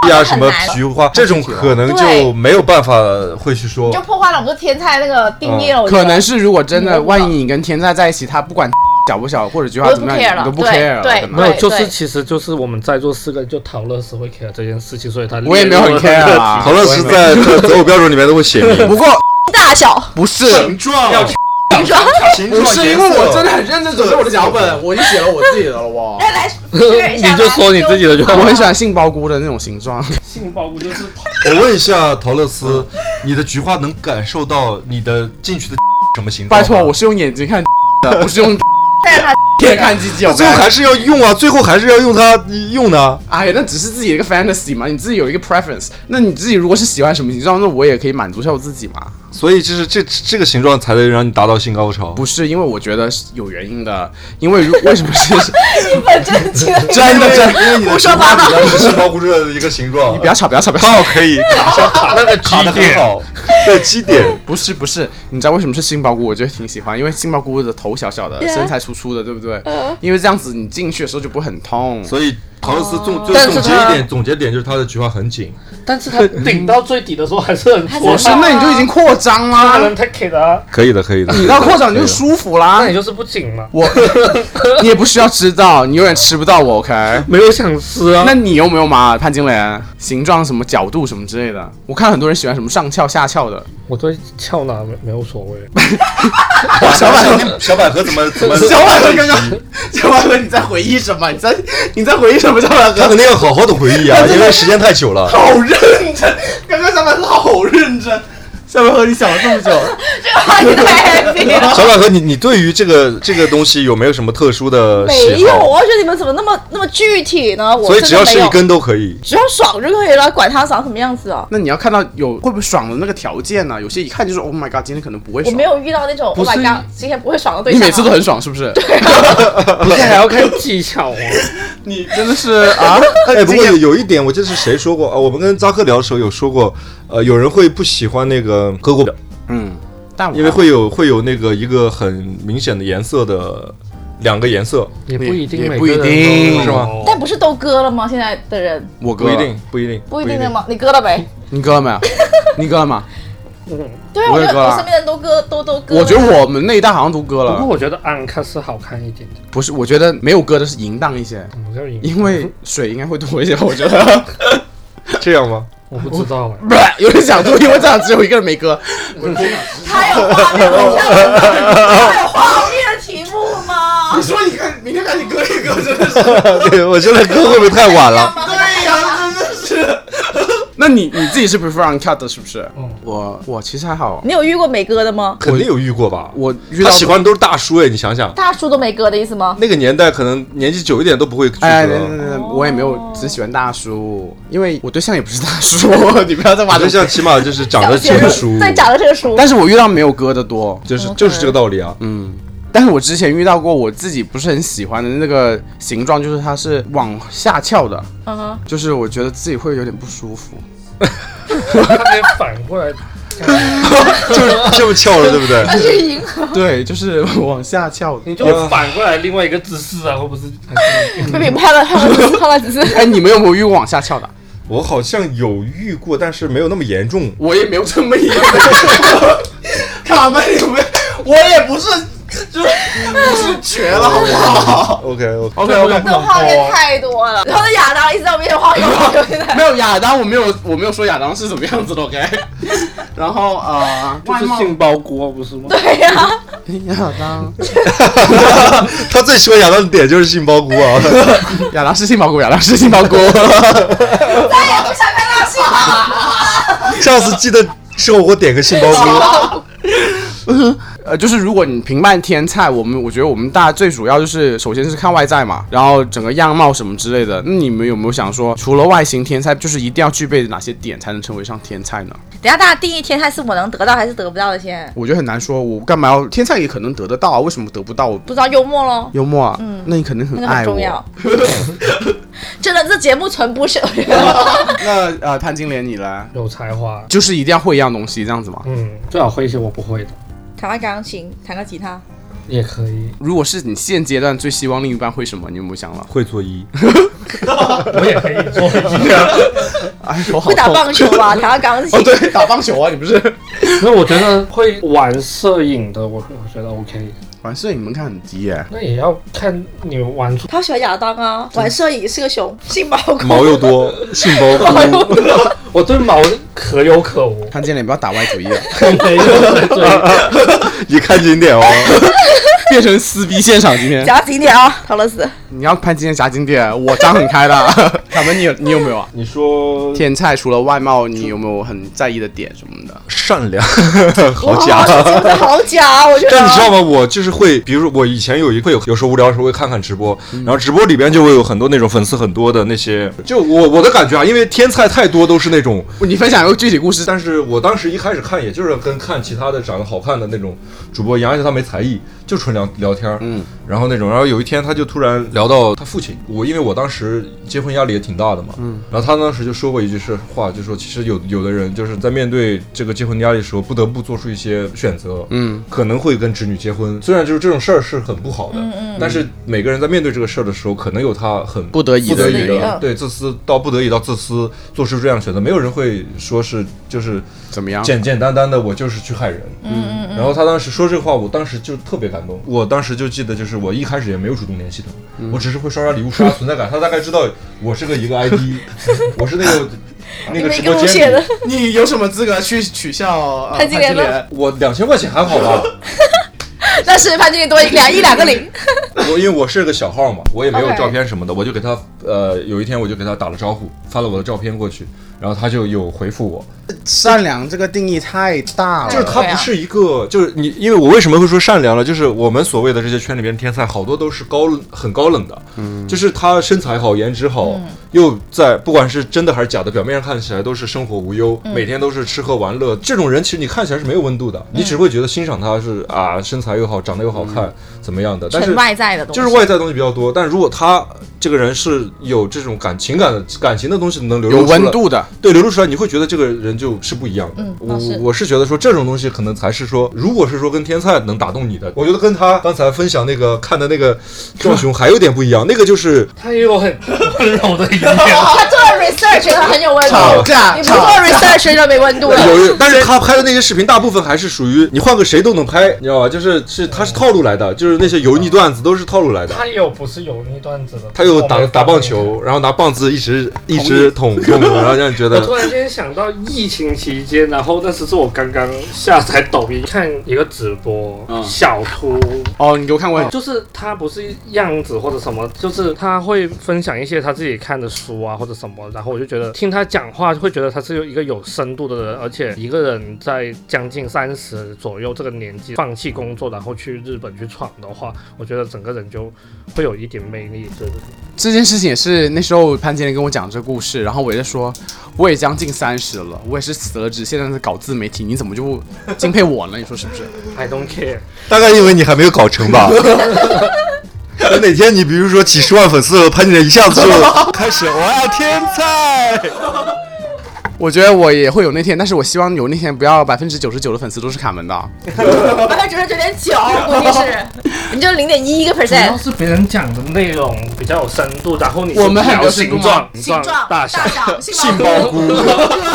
C: 呀什么菊花这种，可能
E: 对
C: 就没有办法会去说
E: 就。破坏了我们对天才那个定义了。我觉得
A: <laughs> 嗯可能是如果真的，万一你跟天才在一起，他不管 <laughs> 小不小或者菊花
E: 我
A: 怎
E: 都不
A: 么样，
E: care
A: 你都
E: 了
A: 不
E: 对
A: care 了，
E: 对
A: 可能
D: 没有，就是
E: 对
D: 其实就是我们在座四个人就陶乐斯会 care 这件事情，所以他
A: 我也没有很 care 啦。
C: 好乐是在在择偶标准里面都会写明。 <laughs>
A: 不过
E: 大小，
A: 不是
C: 状
A: 要
E: 你说。
C: 形
A: 不是因
C: 颜
A: 为
C: 色
A: 我真的很认真准 <laughs> 备我的脚本，我已经写了我自己的了哇。
E: 来来，
D: 你就说你自己的就好
A: 我很喜欢杏鲍菇的那种形
C: <laughs>
A: 状，
D: 性包不就是
C: 我问一下陶乐斯，你的菊花能感受到你的进去的什么形状
A: 拜
C: 吗？
A: 托，我是用眼睛看 <laughs> 的，不是
C: <laughs>
A: 用
E: 带他
A: 天看鸡鸡。我
C: 最后还是要用啊，最后还是要用它用的。
A: 哎呀，那只是自己的一个 fantasy 嘛，你自己有一个 preference，那你自己如果是喜欢什么形状，那我也可以满足一下我自己嘛。
C: 所以就是这这个形状才能让你达到性高潮。
A: 不是，因为我觉得是有原因的，因为如 <laughs> 为什么是
E: 本正经的
A: 真的真的，
C: 因为你的菊花主要是杏鲍菇这的一个形状。你
A: 不要吵不要吵不要
C: 刚
A: 吵，
C: 好可以卡那个
D: 基点，
C: 对基点。
A: 不是不是，你知道为什么是杏鲍菇？我觉得挺喜欢，因为杏鲍菇的头小小的
E: Yeah
A: 身材粗粗的，对不对因为这样子你进去的时候就不会很痛。
C: 所以陶乐斯总最
D: 但是
C: 总结
D: 它
C: 一点，总结点就是它的菊花很紧。
D: 但是他顶到最底的时候还是很
A: 我
D: 搓
A: 是，那你就已经扩张
D: 大
A: 啦
D: 人，take it 啊，
C: 可以的，可以的。
A: 你到扩张你就舒服啦
D: 那你。就是不紧嘛， <laughs>
A: 我，你也不需要知道，你永远吃不到我，OK？
D: <laughs> 没有想吃啊
A: 那你有没有嘛，潘金莲？形状什么角度什么之类的，我看很多人喜欢什么上翘下翘
D: <laughs>
A: 的。
D: 我对翘哪没没有所 <laughs> 谓，
A: 小百合，
C: 小百合怎么怎么？
A: 小百合刚刚，小百合你在回忆什么？你在你在回忆什么？小百
C: 他
A: 合
C: 肯定要好好的回忆啊，因为时间太久了。
A: 好认真，刚刚小百合好认真。小百合，你想了这么久，
E: 太 happy 了。
C: <laughs> 小百合，你你对于这个这个东西有没有什么特殊的
E: 没
C: 喜
E: 有，
C: 好？
E: 我觉得你们怎么那么那么具体呢？我
C: 所以
E: 真
C: 只
E: 的
C: 要
E: 没
C: 是一
E: 有，
C: 根都可以。
E: 只要爽就可以了，管他长什么样子啊！
A: 那你要看到有会不会爽的那个条件呢、有些一看就是 Oh my God，今天可能不会
E: 我
A: 爽。
E: 没有遇到那种
D: 不
E: Oh
D: 是
E: my God，今天不会爽的对
A: 你
E: 象啊。
A: 每次都很爽，是不是？
D: 不是还要看技巧啊，
A: 你真的
C: <laughs>
A: 是啊！
C: 哎，不过有有一点，我记得是谁说过啊？我们跟扎克聊的时候有说过，呃，有人会不喜欢那个喝过表，
A: 嗯，但我
C: 因为会有会有那个一个很明显的颜色的两个颜色，
D: <laughs> 也不一定
A: 也
D: 每
A: 不一
D: 个人都
A: 定
D: 有
C: 是吗
E: 但不是都割了吗？现在的人
A: 我哥
C: 不一定，不一定，
E: 不一定的？吗？你割了呗？
A: 你割了 <laughs> 没有？你割了吗？
E: 对啊，
A: 我
E: 我
A: 也
E: 觉
A: 割
E: 得
A: 了
E: 我身边的人都割，都都割了。
A: 我觉得我们那一代好像都割
D: 不过
A: 了，
D: 我觉得安卡是好看一点的，
A: 不是，我觉得没有割的是淫荡一些，
D: 怎么叫赢？
A: 因为水应该会多一些，我觉 <laughs> 得。
C: 这样吗？
D: 我不知 <laughs> 道哎，
A: 不是，有人想吐，因为这场只有一个人没割。
E: 他有画面，我看了他有画面题目吗？
A: 说你看，明天赶紧割一割，真的是。
C: 对，我现在歌会不会太晚了？
E: 对呀，
A: 真的是。那你你自己是 prefer uncut 的，是不是？
D: 嗯
A: 我我其实还好，
B: 你有遇过美哥的吗？
C: 肯定有遇过吧？
A: 我遇
C: 他
A: 到
C: 喜欢的都是大叔哎，你想想，
E: 大叔都没割的意思吗？
C: 那个年代可能年纪久一点都不会拒
A: 哎，
C: 绝
A: 等等
C: 了。
A: 等等，我也没有只喜欢大叔，因为我对象也不是大叔， <laughs> 你不要再挖
C: 反
A: 这
C: 正
A: 些。
C: 像起码就是长得成
E: 对
C: 熟，
E: 对，长得这个叔，
A: 但是我遇到没有哥的多，
C: 就是就是这个道理啊。
A: 嗯。但是我之前遇到过我自己不是很喜欢的那个形状，就是它是往下翘的，
E: 嗯哼，
A: 就是我觉得自己会有点不舒服。
D: 他得反过来，
C: 就是这么翘了，对不对？
E: 那是赢。
A: <laughs> 对，就是往下翘的。
D: 你就反过来另外一个姿势啊，我 <laughs> 不是很
E: 不比拍了拍了拍了几次，
A: 哎，你们有没有遇过往下翘的？
C: 我好像有遇过，但是没有那么严重。
A: 我也没有这么严重。 <laughs> 卡门有没有？我也不是，就是不是绝了，好不好
C: OK OK，
A: ？OK OK，
E: 那画面
D: 啊
E: 太多了。然后那亚当一直在我面前晃悠晃悠的。
A: 没有亚当，我没有，我没有说亚当是什么样子的，OK 。 <laughs> 然后啊，呃
D: 就是杏鲍锅不是吗？
E: 对哎呀、
A: 亚当，
C: 他最喜欢亚当的点就是杏鲍菇啊。
A: 亚当是杏鲍菇，亚当是杏鲍菇。
E: 再也哎不想看到信了。
C: 下次记得生火锅点个杏鲍菇。
A: 呃，就是如果你评判天菜，我们我觉得我们大家最主要就是，首先是看外在嘛，然后整个样貌什么之类的。那你们有没有想说，除了外形，天菜就是一定要具备哪些点才能称为上天菜呢？
B: 等一下大家定义天菜是我能得到还是得不到的先？
A: 我觉得很难说，我干嘛要天菜也可能得得到啊？为什么得不到？我
B: 不知道幽默咯，
A: 幽默啊，那你肯定
B: 嗯那个
A: 很爱
B: 很
A: 我。
B: 重要。真的，这节目纯不是， <laughs> 我觉得
A: 那呃，潘金莲你呢？
D: 有才华，
A: 就是一定要会一样东西这样子吗？
D: 嗯，最好会一些我不会的，
B: 弹个钢琴，弹个吉他，
D: 也可 <laughs> 以。
A: 如果是你现阶段最希望另一半会什么，你有没有想到？
C: 会做揖，
D: 我也可以 <laughs> 做一
A: 哎，手好
B: 会打
A: 痛。
B: 棒球啊，弹个钢琴
A: 哦，，对，打棒球啊，你不是 <laughs>
D: 那我觉得会玩摄影的，我我觉得 OK。
A: 玩摄影门槛很低耶。
D: 那也要看你玩出
B: 他喜欢亚当啊，玩摄影是个熊，性包
C: 毛又
B: <laughs>
C: 多，杏鲍菇。
D: 我对毛可有可无，
A: 潘金莲不要打歪主意了，
D: 没有
C: <laughs>
D: 在追。
C: 你看紧点哦。
A: 变成撕逼现场今天。
B: 夹紧点啊，陶乐斯。
A: 你要潘金莲夹景点，我张很开的。 <laughs> 卡门，你有你有没有啊？
C: <laughs> 你说
A: 天菜除了外貌，你有没有很在意的点什么的？
C: 善良， <laughs> 好
B: 哇
C: 假。
B: 哦这节目真的好假，啊我觉得。
C: 但你知道吗？我就是会，比如说我以前有一会有有时候无聊的时候会看看直播，然后直播里边就会有很多那种粉丝很多的那些，就我我的感觉啊，因为天菜太多都是那种
A: 你分享一个具体故事，
C: 但是我当时一开始看，也就是跟看其他的长得好看的那种主播一样，而且他没才艺，就纯聊聊天，嗯，然后那种，然后有一天他就突然聊到他父亲，我因为我当时结婚压力也挺大的嘛，嗯，然后他当时就说过一句是话，就说其实有有的人就是在面对这个结婚压力的时候，不得不做出一些选择，嗯，可能会跟侄女结婚，虽然就是这种事儿是很不好的，嗯嗯，但是每个人在面对这个事儿的时候，可能有他很
A: 不得已
C: 不
A: 的
C: 得
A: 原
C: 已
A: 因，
C: 的，对自私到不得已到自私，做出这样的选择，没有人会说是就是
A: 怎么样？
C: 简简单单的我就是去害人。嗯，然后他当时说这话，我当时就特别感动。我当时就记得，就是我一开始也没有主动联系他，我只是会刷刷礼物刷存在感。他大概知道我是个一个 ID，我 <laughs> 是那个那
B: 你
C: 个
B: 们
C: 直
B: 一个
C: 播
B: 路线
C: 间
B: 的
C: 里，，
A: 你有什么资格去取笑呃
B: 潘金莲吗
C: 我两千块钱还好吧，
B: 但是潘金莲多一两一两个零，
C: 我因为我是个小号嘛，我也没有
B: OK
C: 照片什么的，我就给他呃，有一天我就给他打了招呼，发了我的照片过去，然后他就有回复我。
A: 善良这个定义太大了，
C: 就是它
B: 对
C: 不
B: 啊
C: 是一个，就是你，因为我为什么会说善良了？就是我们所谓的这些圈里边天才，好多都是高冷很高冷的，嗯，就是他身材好，颜值好，
B: 嗯
C: 又在不管是真的还是假的，表面上看起来都是生活无忧，
B: 嗯
C: 每天都是吃喝玩乐，这种人其实你看起来是没有温度的，
B: 嗯
C: 你只会觉得欣赏他是啊，身材又好，长得又好看，怎么样的，但是
B: 纯嗯外在的东西。
C: 就是外在东西比较多，但如果他这个人是有这种感情感的感情的东西能流露
A: 有
C: 出来
A: 温度的。
C: 对，流露出来，你会觉得这个人就是不一样的。
B: 嗯
C: 我
B: 哦是
C: 我是觉得说这种东西可能才是说，如果是说跟天菜能打动你的，我觉得跟他刚才分享那个看的
B: <laughs>
C: 那个壮熊还有点不一样，那个就是
D: 他也有很温柔的一面，
E: 他做了 research，他很有温度。
A: 吵架
E: 你不做 research 就没温度了。
C: 有，但是他拍的那些视频大部分还是属于你换个谁都能拍，你知道吧？就是是他是套路来的，就是那些油腻段子都是套路来的。
D: 他也有不是油腻段子的。
C: 他有打打棒。球，然后拿棒子一直一直捅捅，然后让你觉 <laughs>
D: 我
C: 得
D: 突然间想到疫情期间，然后那时是我刚刚下载抖音看一个直播，
A: 嗯
D: 小秃
A: 哦，你给我看过很，
D: 就是他不是样子或者什么，就是他会分享一些他自己看的书啊或者什么，然后我就觉得听他讲话会觉得他是有一个有深度的人，而且一个人在将近三十左右这个年纪放弃工作，然后去日本去闯的话， <laughs> 我觉得整个人就会有一点魅力，对不对？
A: 这件事情也是那时候潘经理跟我讲这故事，然后我也是说，我也将近三十了，我也是辞了职，现在是搞自媒体，你怎么就敬佩我呢？你说是不是？
D: I don't care。
C: 大概因为你还没有搞成 <laughs> 吧。等哪天你比如说几十万粉丝了，潘金莲一下子 <laughs> 就开始，我要天 <laughs> 才。
A: 我觉得我也会有那天，但是我希望有那天不要百分之九十九的粉丝都是卡门的。
F: 百分之九点九，估计是，你就零点一一个
D: 主要 <laughs>
F: percent。
D: 是别人讲的内容比较有深度，然后你
A: 我们很
D: 聊
A: 有深度啊
D: 形
F: 形
A: 吗
D: 状、
F: 状、
D: 大
F: 小、
A: 杏
F: 杏
A: 鲍
F: 菇，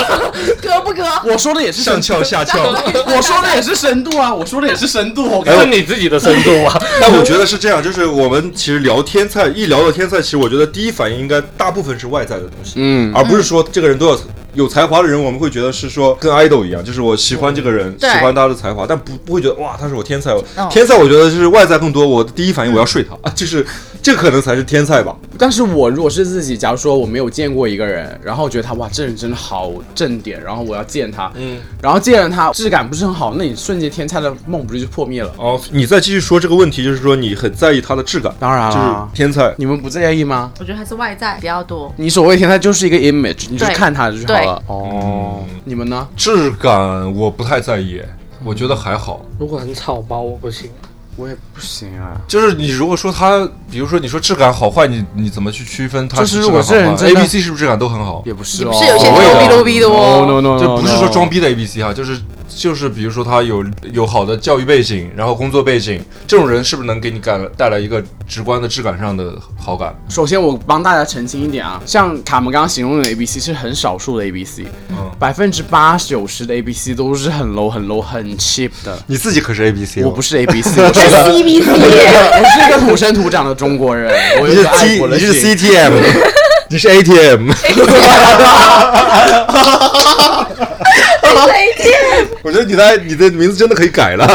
B: <laughs>
F: 割不割？
A: 我说的也是深
C: 上
A: 度，
C: 翘下
A: <laughs>
C: 翘。
A: 我说的也是深度啊，我说的也是深度。我
D: 这是你自己的深度啊。
C: 但我觉得是这样，就是我们其实聊天菜，一聊到天菜，其实我觉得第一反应应该大部分是外在的东西，
A: 嗯，
C: 而不是说这个人都要有才华的人，我们会觉得是说跟 idol 一样，就是我喜欢这个
A: 嗯
C: 人，喜
F: 对
C: 欢他的才华，但不不会觉得哇他是我天才。
A: 哦
F: 嗯
C: 天才我觉得就是外在更多，我的第一反应我要睡他， <laughs> 啊就是这可能才是天才吧。
A: 但是我如果是自己，假如说我没有见过一个人，然后我觉得他哇，这人真的好正点，然后我要见他，嗯，然后见了他质感不是很好，那你瞬间天才的梦不是就破灭了？
C: 哦，你再继续说这个问题，就是说你很在意他的质感，
A: 当然
C: 就
A: 啦
C: 是，天才。
A: 你们不在意吗？
E: 我觉得还是外在比较多。
A: 你所谓天才就是一个 image，你就是
E: 对
A: 看他就好了。哦，你们呢？
C: 嗯质感我不太在意，我觉得还好。
D: 如果很草包，我不行。
A: 我也不行啊。
C: 就是你如果说他，比如说你说质感好坏，你你怎么去区分它
A: 就是是
C: 质感
A: 我
C: 好
A: 这人
C: 吗
A: 真
C: ？A
A: 的
C: B C 是不是质感都很好？
A: 也不是
E: 也
A: 哦，
E: 不是有些
C: 所谓的
E: low 逼 low 逼的
A: no no
E: 哦。
A: no，
C: 就不是说装逼的 A B C 哈，就是就是比如说他有有好的教育背景，然后工作背景，这种人是不是能给你带来带来一个直观的质感上的好感？
A: 首先，我帮大家澄清一点啊，像卡门刚刚形容的 A B C 是很少数的 A B C，
C: 嗯
A: 百分之八九十的 A B C 都是很 low 很 low 很 cheap 的。
C: 你自己可是 A B C，哦
A: 我不是 A B
C: <laughs>
A: C，我是
F: 这 C B C，
A: 我是一个土生土长的中国
C: <laughs>
A: 人，我有一个爱国的心
C: T M，你 <laughs> 是 A T M。
F: 再见，
C: 我觉得你的你的名字真的可以改了。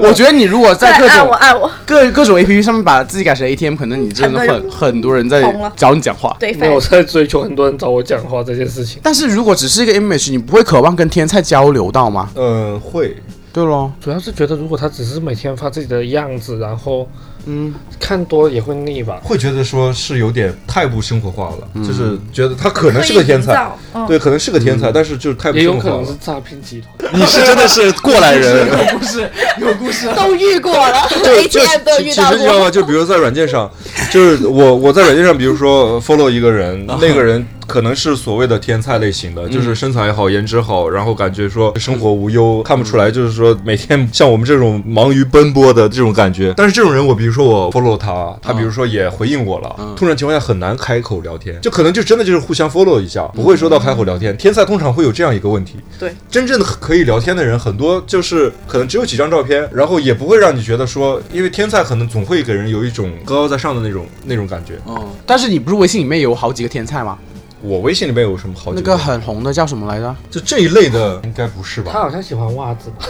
A: 我觉得你如果在各
B: 啊
F: 爱我
A: 种
F: 爱啊我，
A: 各各种 A P P 上面把自己改成 A T M，可能你真的
F: 很多人
A: 很很多人在
F: 红了
A: 找你讲话。
F: 对
D: 没
F: 反
D: 有在追求很多人找我讲话这件事情，
A: 但是如果只是一个 image，你不会渴望跟天菜交流到吗？
C: 嗯，会。
A: 对咯，
D: 主要是觉得如果他只是每天发自己的样子，然后嗯，看多了也会腻吧。
C: 会觉得说是有点太不生活化了，就是觉得他可能是个天
E: 刻意营
C: 才
E: 造，嗯
C: 对，可能是个天才，但是就是太不
D: 也有
C: 生
D: 可
C: 活化
D: 能是
C: 了。
D: 诈骗集团，
C: 你是真的是过来人，
F: 都遇过了
C: <laughs> 就就
F: ，ATM 都
C: 其
F: 遇
C: 其
F: 到
C: 实你知道
F: 过。
C: <laughs> 吗？就比如在软件上，就是我我在软件上，比如说 follow 一个人，那个人可能是所谓的天才类型的，就是身材好、颜值好，然后感觉说生活无忧，看不出来就是说每天像我们这种忙于奔波的这种感觉。 <laughs> 嗯但是这种人，我比如说我 follow 他，他比如说也回应我了，突然情况下很难开口聊天，就可能就真的就是互相 follow 一下，不会说到开口聊天。天才通常会有这样一个问题，真正的可以聊天的人，很多就是可能只有几张照片，然后也不会让你觉得说，因为天才可能总会给人有一种高高在上的那种那种感觉。
A: 嗯，但是你不是微信里面有好几个天菜吗？
C: 我微信里面有什么好几
A: 那个很红的叫什么来着？
C: 就这一类的，应该不是
D: 他
C: 吧？
D: 好像喜欢袜子 <laughs> 吧？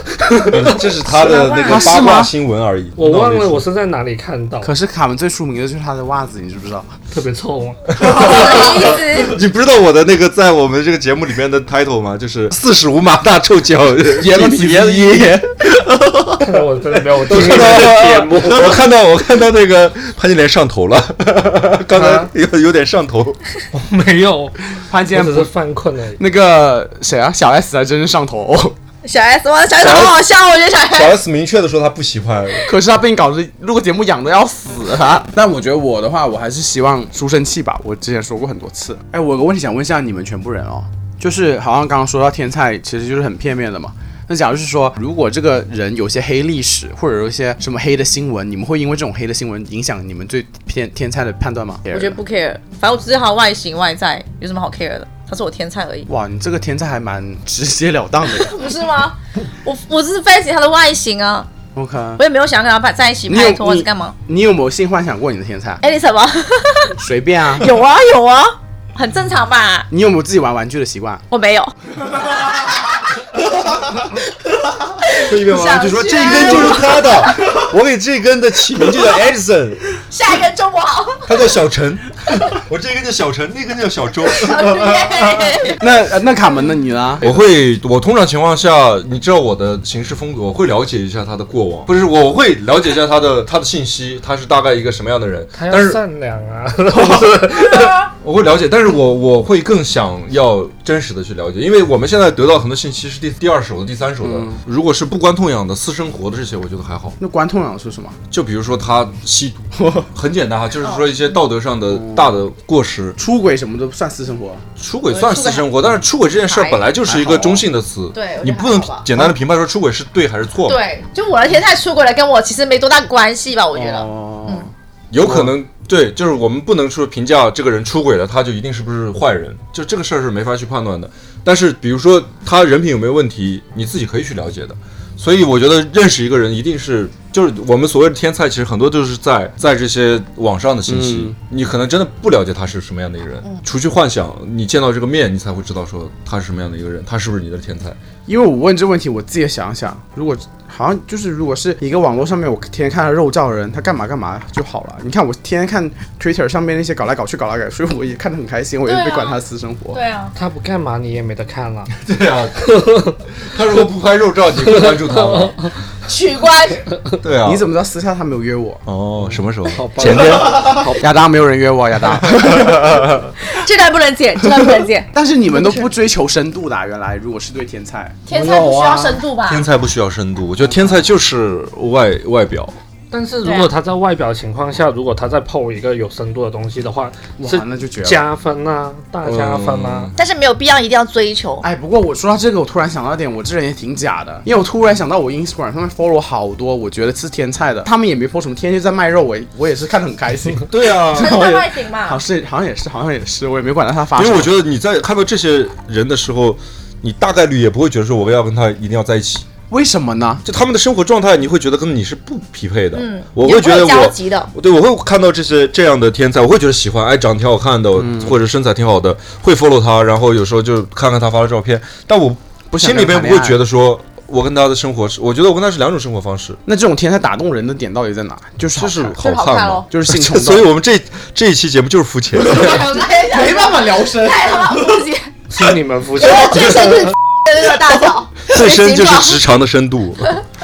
C: 这是他的那个
A: 是吗
C: 八卦新闻而已。
D: 我
C: 那
D: 忘了
C: 类似
D: 我是在哪里看到，
A: 可是卡门最出名的就是他的袜子，你知不知道？
D: 特别臭啊吗？
C: 你不知道我的那个在我们这个节目里面的 title 吗？就是四十五码大臭脚言论体一。
D: 看到我真的没有， <laughs> 我听你
C: 看
D: 们
C: 到
D: 的节目，
C: 我看到我看到那个潘金莲上头了，刚才
D: 啊
C: 有有点上头。
D: 没有，我
A: 潘金
D: 只
A: 莲
D: 是
A: 不，
D: 犯困而已。
A: 那个谁啊，小 S 还真是上 <laughs> 头、
F: 小 S，哇，小 S 好好笑，我觉得小 S
C: 小 S 明确的说他不喜欢，
A: 可是他被你搞得录个节目痒的要死啊！但我觉得我的话，我还是希望书生气吧。我之前说过很多次。哎，我有个问题想问一下你们全部人哦，就是好像刚刚说到天菜，其实就是很片面的嘛。那假如是说，如果这个人有一些黑历史，或者有一些什么黑的新闻，你们会因为这种黑的新闻影响你们对天天菜的判断吗？
E: 我觉得不 care，反正我只是他的外形外在，有什么好 care 的？他是我天菜而已，
A: 哇，你这个天菜还蛮直截了当的。
E: 不是吗？我我只是 fancy 他的外形啊，
A: OK，
E: 我也没有想要跟他在在一起
A: 你有
E: 拍拖还
A: 你
E: 是干嘛？
A: 你有没有性幻想过你的天菜？
E: 哎，你什么？
A: 随便啊。
E: 有啊有啊，很正常吧？
A: 你有没有自己玩玩具的习惯？
E: 我没有，
C: 会一边玩就说这一根就是他 <laughs> 的，我给这根的起名就叫 Edison，
F: 下一个周末好，
C: 他叫小陈， <laughs> 我这个叫小陈，那个叫小周。 <laughs>
A: 那呃那卡门呢？你呢？
C: 我会，我通常情况下，你知道我的行事风格，我会了解一下他的过往，不是，我会了解一下他的他的信息，他是大概一个什么样的人，
D: 他
C: 但
D: 要
C: 是
D: 善良啊， <laughs> 不是？
C: 我会了解，但是我我会更想要真实的去了解，因为我们现在得到很多信息是第第二手的、第三手的。
D: 嗯
C: 如果是不关痛痒的私生活的这些，我觉得还好。
A: 那关痛痒是什么？
C: 就比如说他吸毒， <laughs> 很简单
E: 哦
C: 哈，就是说一些道德上的大的过失，
A: 出轨什么都算私生活。
C: 出轨算私生活，但是出轨这件事儿本来就是一个中性的词，
E: 对我觉得
C: 你不能
E: 还好吧
C: 简单的评判说出轨是对还是错，
E: 对，就我的天才出轨了，跟我其实没多大关系吧，我觉得。嗯
A: 哦，
C: 有可能对，就是我们不能说评价这个人出轨了，他就一定是不是坏人，就这个事儿是没法去判断的。但是比如说他人品有没有问题，你自己可以去了解的。所以我觉得认识一个人一定是，就是我们所谓的天才，其实很多就是在在这些网上的信息，
A: 嗯
C: 你可能真的不了解他是什么样的一个人。除去幻想，你见到这个面，你才会知道说他是什么样的一个人，他是不是你的天才。
A: 因为我问这问题，我自己也想想，如果好像就是如果是一个网络上面我天天看到肉照的人，他干嘛干嘛就好了。你看我天天看 Twitter 上面那些搞来搞去搞来搞去，我也看得很开心，我也
E: 对啊
A: 没管他的私生活。
E: 啊，
D: 他不干嘛你也没得看了。
C: <laughs> 对啊，他如果不拍肉照，你会关注他吗？
E: 取关。
C: <laughs> 对啊
A: 你。怎么知道私下他没有约我？
C: 哦，什么时候？
A: 前天，亚当没有人约我，亚
E: <laughs>
A: 当。。
G: 这段不能剪，这段不能剪
A: 但是你们都不追求深度的啊、原来如果是对天菜，
E: 天才不需要深度吧？
C: 天才不需要深度，我觉得天才就是外外表。
D: 但是
E: 啊
D: 如果他在外表情况下，如果他再 PO 一个有深度的东西的话，
A: 哇
D: 是，
A: 那就绝了。
D: 加分啊，大加分啊。
E: 但是没有必要一定要追求。
A: 哎，不过我说到这个，我突然想到一点，我这人也挺假的，因为我突然想到我 Instagram 上面 follow 好多，我觉得是天菜的，他们也没 follow 什么，天天就在卖肉，我也我也是看得很开
C: <laughs>
A: 心。
C: 对啊，
E: 深度外景
A: 好
E: 嘛，
A: 是好像也是，好像也是，我也没管到他发
C: 因
A: 什么。
C: 为我觉得你在看到这些人的时候，你大概率也不会觉得说我要跟他一定要在一起，
A: 为什么呢？
C: 就他们的生活状态，你会觉得跟你是不匹配的。
E: 嗯
C: 我会觉得
E: 也不会有交
C: 我
E: 集的
C: 对，我会看到这些这样的天才，我会觉得喜欢，哎，长得挺好看的，
A: 嗯
C: 或者身材挺好的，会 follow 他，然后有时候就看看他发的照片，但我
A: 不想
C: 心
A: 跟
C: 里
A: 他
C: 边不
A: 谈
C: 会
A: 恋爱
C: 觉得说。我跟他的生活是，我觉得我跟他是两种生活方式，
A: 那这种天才打动人的点到底在哪？就是好
C: 就是
A: 看哦
E: 就是好
C: 看
A: <laughs>
E: 看
C: 嘛
E: 咯，
A: 就是性冲
C: <laughs> 所以
A: 动，
C: 我们这这一期节目就是肤浅。
A: 没办法聊深。
E: 太他妈肤浅，
D: 是你们夫妻
E: 我的最深就是的那个大小，
C: <laughs> 最深就
E: 形
C: 是
E: 状
C: 职场的
A: <laughs>
C: 深度。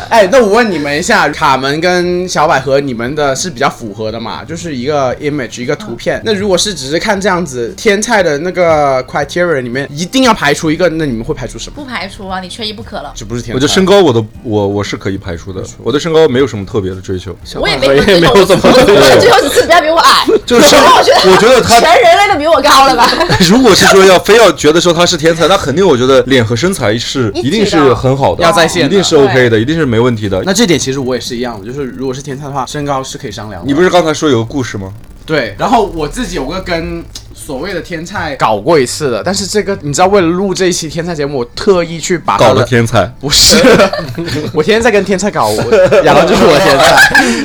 A: 哎，那我问你们一下，卡门跟小百合，你们的是比较符合的嘛？就是一个 image，一个图片。那如果是只是看这样子，天菜的那个 criteria 里面一定要排除一个，那你们会排除什么？
E: 不排除啊，你缺一不可了。
A: 这不是天菜，
C: 我觉得身高我都我我是可以排除的，我对身高没有什么特别的追求， <laughs>
E: 我也没
D: 我
E: 有
D: 也没有怎么
E: 我我最后只是不要比我矮， <laughs>
C: 就是身
E: 我觉得
C: 我觉得他
E: 全人类都比我高了吧？
C: 如果是说要非要觉得说他是天才，那肯定我觉得脸和身材是
E: 一起
C: 一
E: 的
C: 定是很好的，
A: 要在线的
C: 一定是 OK 的，一定是没问题的。
A: 那这点其实我也是一样的，就是如果是天菜的话，身高是可以商量的。
C: 你不是刚才说有个故事吗？
A: 对，然后我自己有个跟所谓的天菜搞过一次的，但是这个你知道，为了录这一期天菜节目，我特意去把他
C: 搞了
A: 的
C: 天
A: <laughs>
C: 才，
A: 不是，我天天在跟天菜搞，我亚当就是我天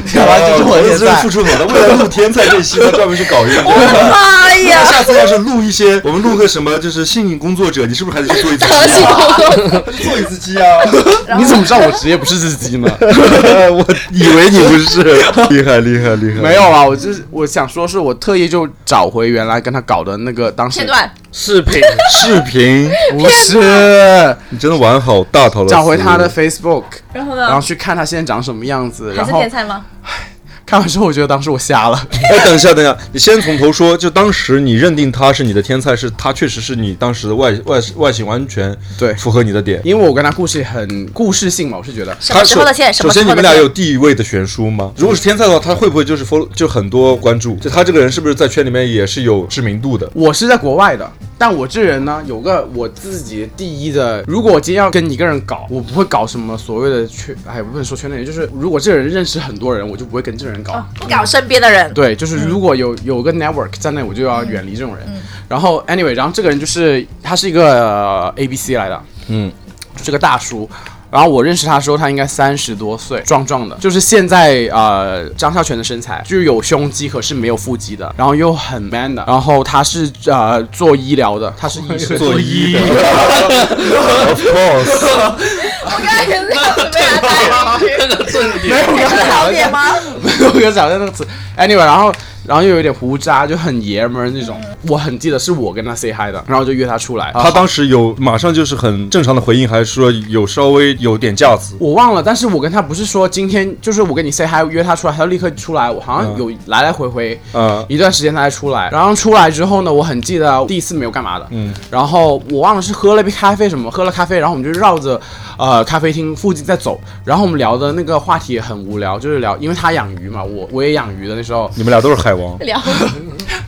A: 菜，亚当就是我天
C: 真的
A: 菜
C: 付。出很多，为了录天才这一期，他专门去搞一
E: <laughs>
C: 个。
G: 哎呀，
C: 下次要是录一些，我们录个什么，就是性工作者，你是不是还得去做一次？啊
E: <laughs>
C: <laughs> 做一次鸡啊！
A: <laughs> 你怎么知道我职业不是司机呢？
C: <laughs> 我以为你不是，厉害厉害厉害！
A: <laughs> 没有啊，我就是我想说，是我特意就找回原来跟他搞的那个当时
E: 片段，
D: <laughs> 视频，啊
C: 视频，
A: 不是
C: 你真的玩好大头了。
A: 找回他的 Facebook，
E: 然后
A: 然后？去看他现在长什么样子，
E: 嗯还
A: 然
E: 是
A: 后
E: 天菜吗？
A: 看完之后，我觉得当时我瞎了。
C: 哎，等一下，等一下，你先从头说。就当时你认定他是你的天才，是他确实是你当时的外外外形完全
A: 对
C: 符合你的点。
A: 因为我跟他故事很故事性嘛，我是觉得
E: 什么时候的线？什
C: 首
E: 么时
C: 先
E: 候的
C: 你
E: 嗯
C: 们
E: 线？
C: 俩有地位的悬殊吗？如果是天才的话，他会不会就是 follow 就很多关注？就他这个人是不是在圈里面也是有知名度的？
A: 我是在国外的，但我这人呢，有个我自己第一的。如果我今天要跟一个人搞，我不会搞什么所谓的圈，哎，不能说圈内人，就是如果这个人认识很多人，我就不会跟这个人搞。
E: 哦不搞身边的人，
A: 对，就是如果有有个 network 在那，我就要远离这种人。然后 anyway，然后这个人就是他是一个、呃 ABC 来的，
C: 嗯，
A: 是个大叔。然后我认识他的时候，他应该三十多岁，壮壮的，就是现在呃张孝全的身材，就是有胸肌，可是没有腹肌的，然后又很 man 的。然后他是呃做
C: <laughs>
A: 医疗的，他是医生，
C: 做医的，of course，
E: 我刚才这个词被他带进去，
H: 那个重点
A: <laughs> 没有
E: 这
A: 跟
E: 是
A: 他
E: 槽
A: 讲
E: <laughs> 点吗？
A: 没有跟他讲那个词。Anyway，然后然后又有点胡渣，就很爷们儿那种。我很记得是我跟他 say hi 的，然后就约他出来。
I: 他当时有马上就是很正常的回应，还是说有稍微有点架子？
A: 我忘了，但是我跟他不是说今天就是我跟你 say hi 约他出来，他就立刻出来，我好像有来来回回
I: 嗯
A: 一段时间他才出来。然后出来之后呢，我很记得第一次没有干嘛的，嗯，然后我忘了是喝了杯咖啡什么，喝了咖啡，然后我们就绕着呃咖啡厅附近在走，然后我们聊的那个话题也很无聊，就是聊因为他养鱼嘛，我我也养鱼的那时候，
I: 你们俩都是海王，
E: 聊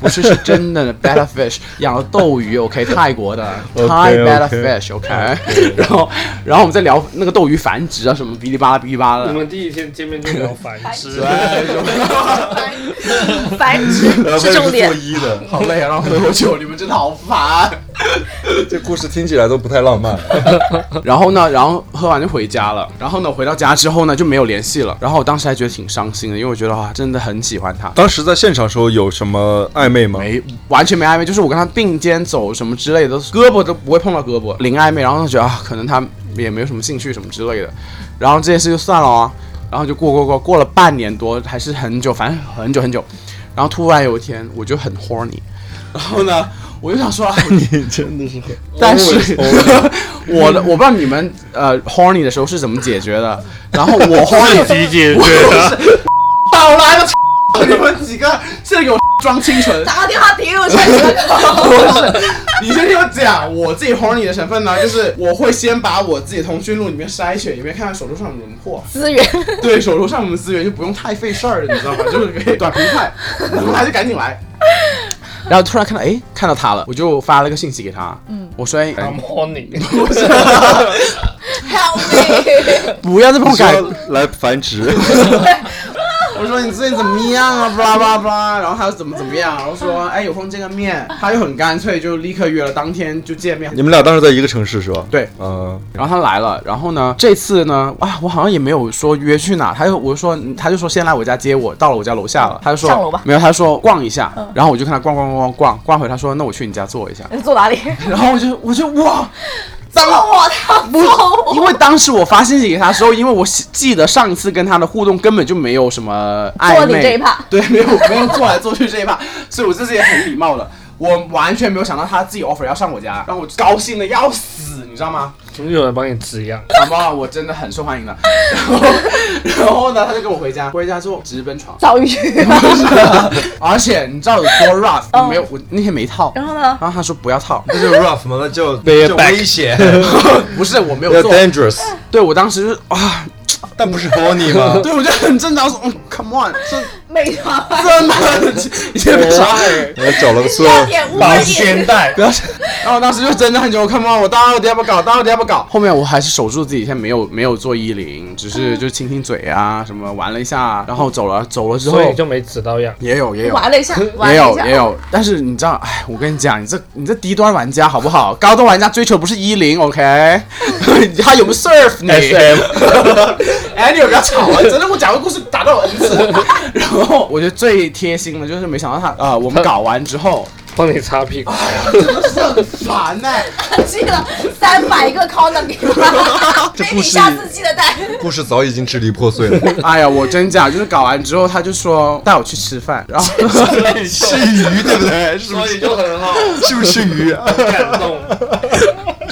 A: 不是是真的 betta fish 养了斗鱼，OK，泰国的
I: OK，
A: Thai betta
I: OK
A: fish，OK，然后然后我们在聊那个斗鱼繁殖啊什么哔哩吧啦哔哩吧啦
D: <laughs> 我
A: 的。
D: 们第一天见面就聊繁殖，
E: <laughs> 繁殖是重点
I: 做，一的，
A: 好累啊，让我喝口酒，你们真的好烦。 <laughs>
I: 这故事听起来都不太浪漫。 <laughs>
A: 然后呢，然后喝完就回家了。然后呢，回到家之后呢，就没有联系了。然后我当时还觉得挺伤心的，因为我觉得哇，真的很喜欢他。
I: 当时在现场时候有什么暧昧吗？
A: 没，完全没暧昧，就是我跟他并肩走什么之类的，胳膊都不会碰到胳膊，零暧昧。然后就觉得啊，可能他也没有什么兴趣什么之类的，然后这件事就算了啊。然后就过过过过了半年多，还是很久，反正很久很久。然后突然有一天，我就很 horny，然后呢，我就想说， <laughs> 啊
I: 你真的是很，
A: 但是 <laughs> 我的我不知道你们呃 horny 的时候是怎么解决的。然后我 <laughs> horny
D: 自己解决的。
A: <laughs> 到来个， <laughs> 你们几个现在给我 <laughs> 装清纯，
E: 打个电话给我踹你个 <laughs> 头。
A: 不是， <laughs> 你先听我讲，我自己 horny 的成分呢，就是我会先把我自己的通讯录里面筛选一遍，看看手头上有轮 <laughs> 廓。
E: 资源
A: 对手头上我们资源就不用太费事儿了，你知道吗？就是可 <laughs> 以短平快，能来就赶紧来。然后突然看到，哎，看到他了，我就发了个信息给他，嗯，我说，哎
D: I'm <laughs> horny，
E: ，help me，
A: 不要再帮我改，
I: 说来繁殖，
A: 我说你最近怎么样啊？巴拉巴拉巴拉，然后他又怎么怎么样？然后说，哎，有空见个面，他就很干脆，就立刻约了，当天就见面。
I: <laughs> 你们俩当时在一个城市是吧？
A: 对，
I: 嗯，
A: 然后他来了，然后呢，这次呢，啊，我好像也没有说约去哪，他就我就说，嗯他就说先来我家接我，到了我家楼下了，他就说
E: 上楼吧嗯
A: 没有，他说逛一下，然后我就看他逛逛逛逛逛，逛回他说那我去你家坐一
E: <laughs>
A: 下，
E: 你坐哪里？
A: 然后我就我就哇，
E: 揍我，他揍我。
A: 因为当时我发信息给他的时候，因为我喜记得上一次跟他的互动根本就没有什么暧
E: 做你
A: 昧，
E: 这一趴。
A: 对，没有没有做来做去这一趴，所以我这次也很礼貌的，我完全没有想到他自己 offer 要上我家，让我高兴的要死，你知道吗？
D: 总有人帮你止痒。
A: 好不好？我真的很受欢迎的。然后，然后呢，他就跟我回家，回家之后直奔床
E: <laughs> 遭遇。
A: 而且你知道有多 rough？、
E: 嗯
D: 哦
A: 没有，我那天没套。
E: 然后呢？
A: 然后他说不要套，
I: 那就是 rough 嘛，那叫
C: Bear
I: 叫
C: back
I: 危
A: <laughs>
I: 险，
A: 不是我没有
I: <laughs> 要
A: 做。
I: dangerous，
A: 对我当时就是啊，
I: 但不是 horny 吗？
A: 对我就很正常说、嗯、，come on，这
E: 美团
A: 这么已经被杀了。
I: <laughs> 我找了个
E: <laughs> 需
I: 做
E: 要点污
H: 保
E: 点。
H: 鲜袋
A: 不要，然后我当时就真的很久，come on，我到底要不要搞，到底要不要搞？后面我还是守住自己，现在没有没有做衣领，只
D: 嗯
A: 是就亲亲嘴啊什么，玩了一下，然后走了，走了之后
D: 所以就没止到痒。
A: 也有也有，
E: 玩了一下，玩
A: 也
E: 了一
A: 有
E: 下，
A: 也有，但是你知道，哎，我跟你讲，你这你这低端玩家好不好？高端玩家追求不是一零，OK？他有没有 serve 你 <laughs> 哎，你有不要吵啊！真的，我讲个故事打到我 N 次。 <laughs> 然后我觉得最贴心的就是没想到他啊、呃我们搞完之后，
D: 帮你擦屁股，
A: 真的是很烦哎呢、
E: 寄了三百个 condom 给他，
I: 这
E: 给
I: 故
E: 你
I: 事
E: 下次记得带。
I: 故事早已经支离破碎了，
A: 哎呀，我真讲，就是搞完之后他就说带我去吃饭，然后
I: 是鱼对不对？是不是
D: 就很好，
I: 是不是鱼？
D: 感动。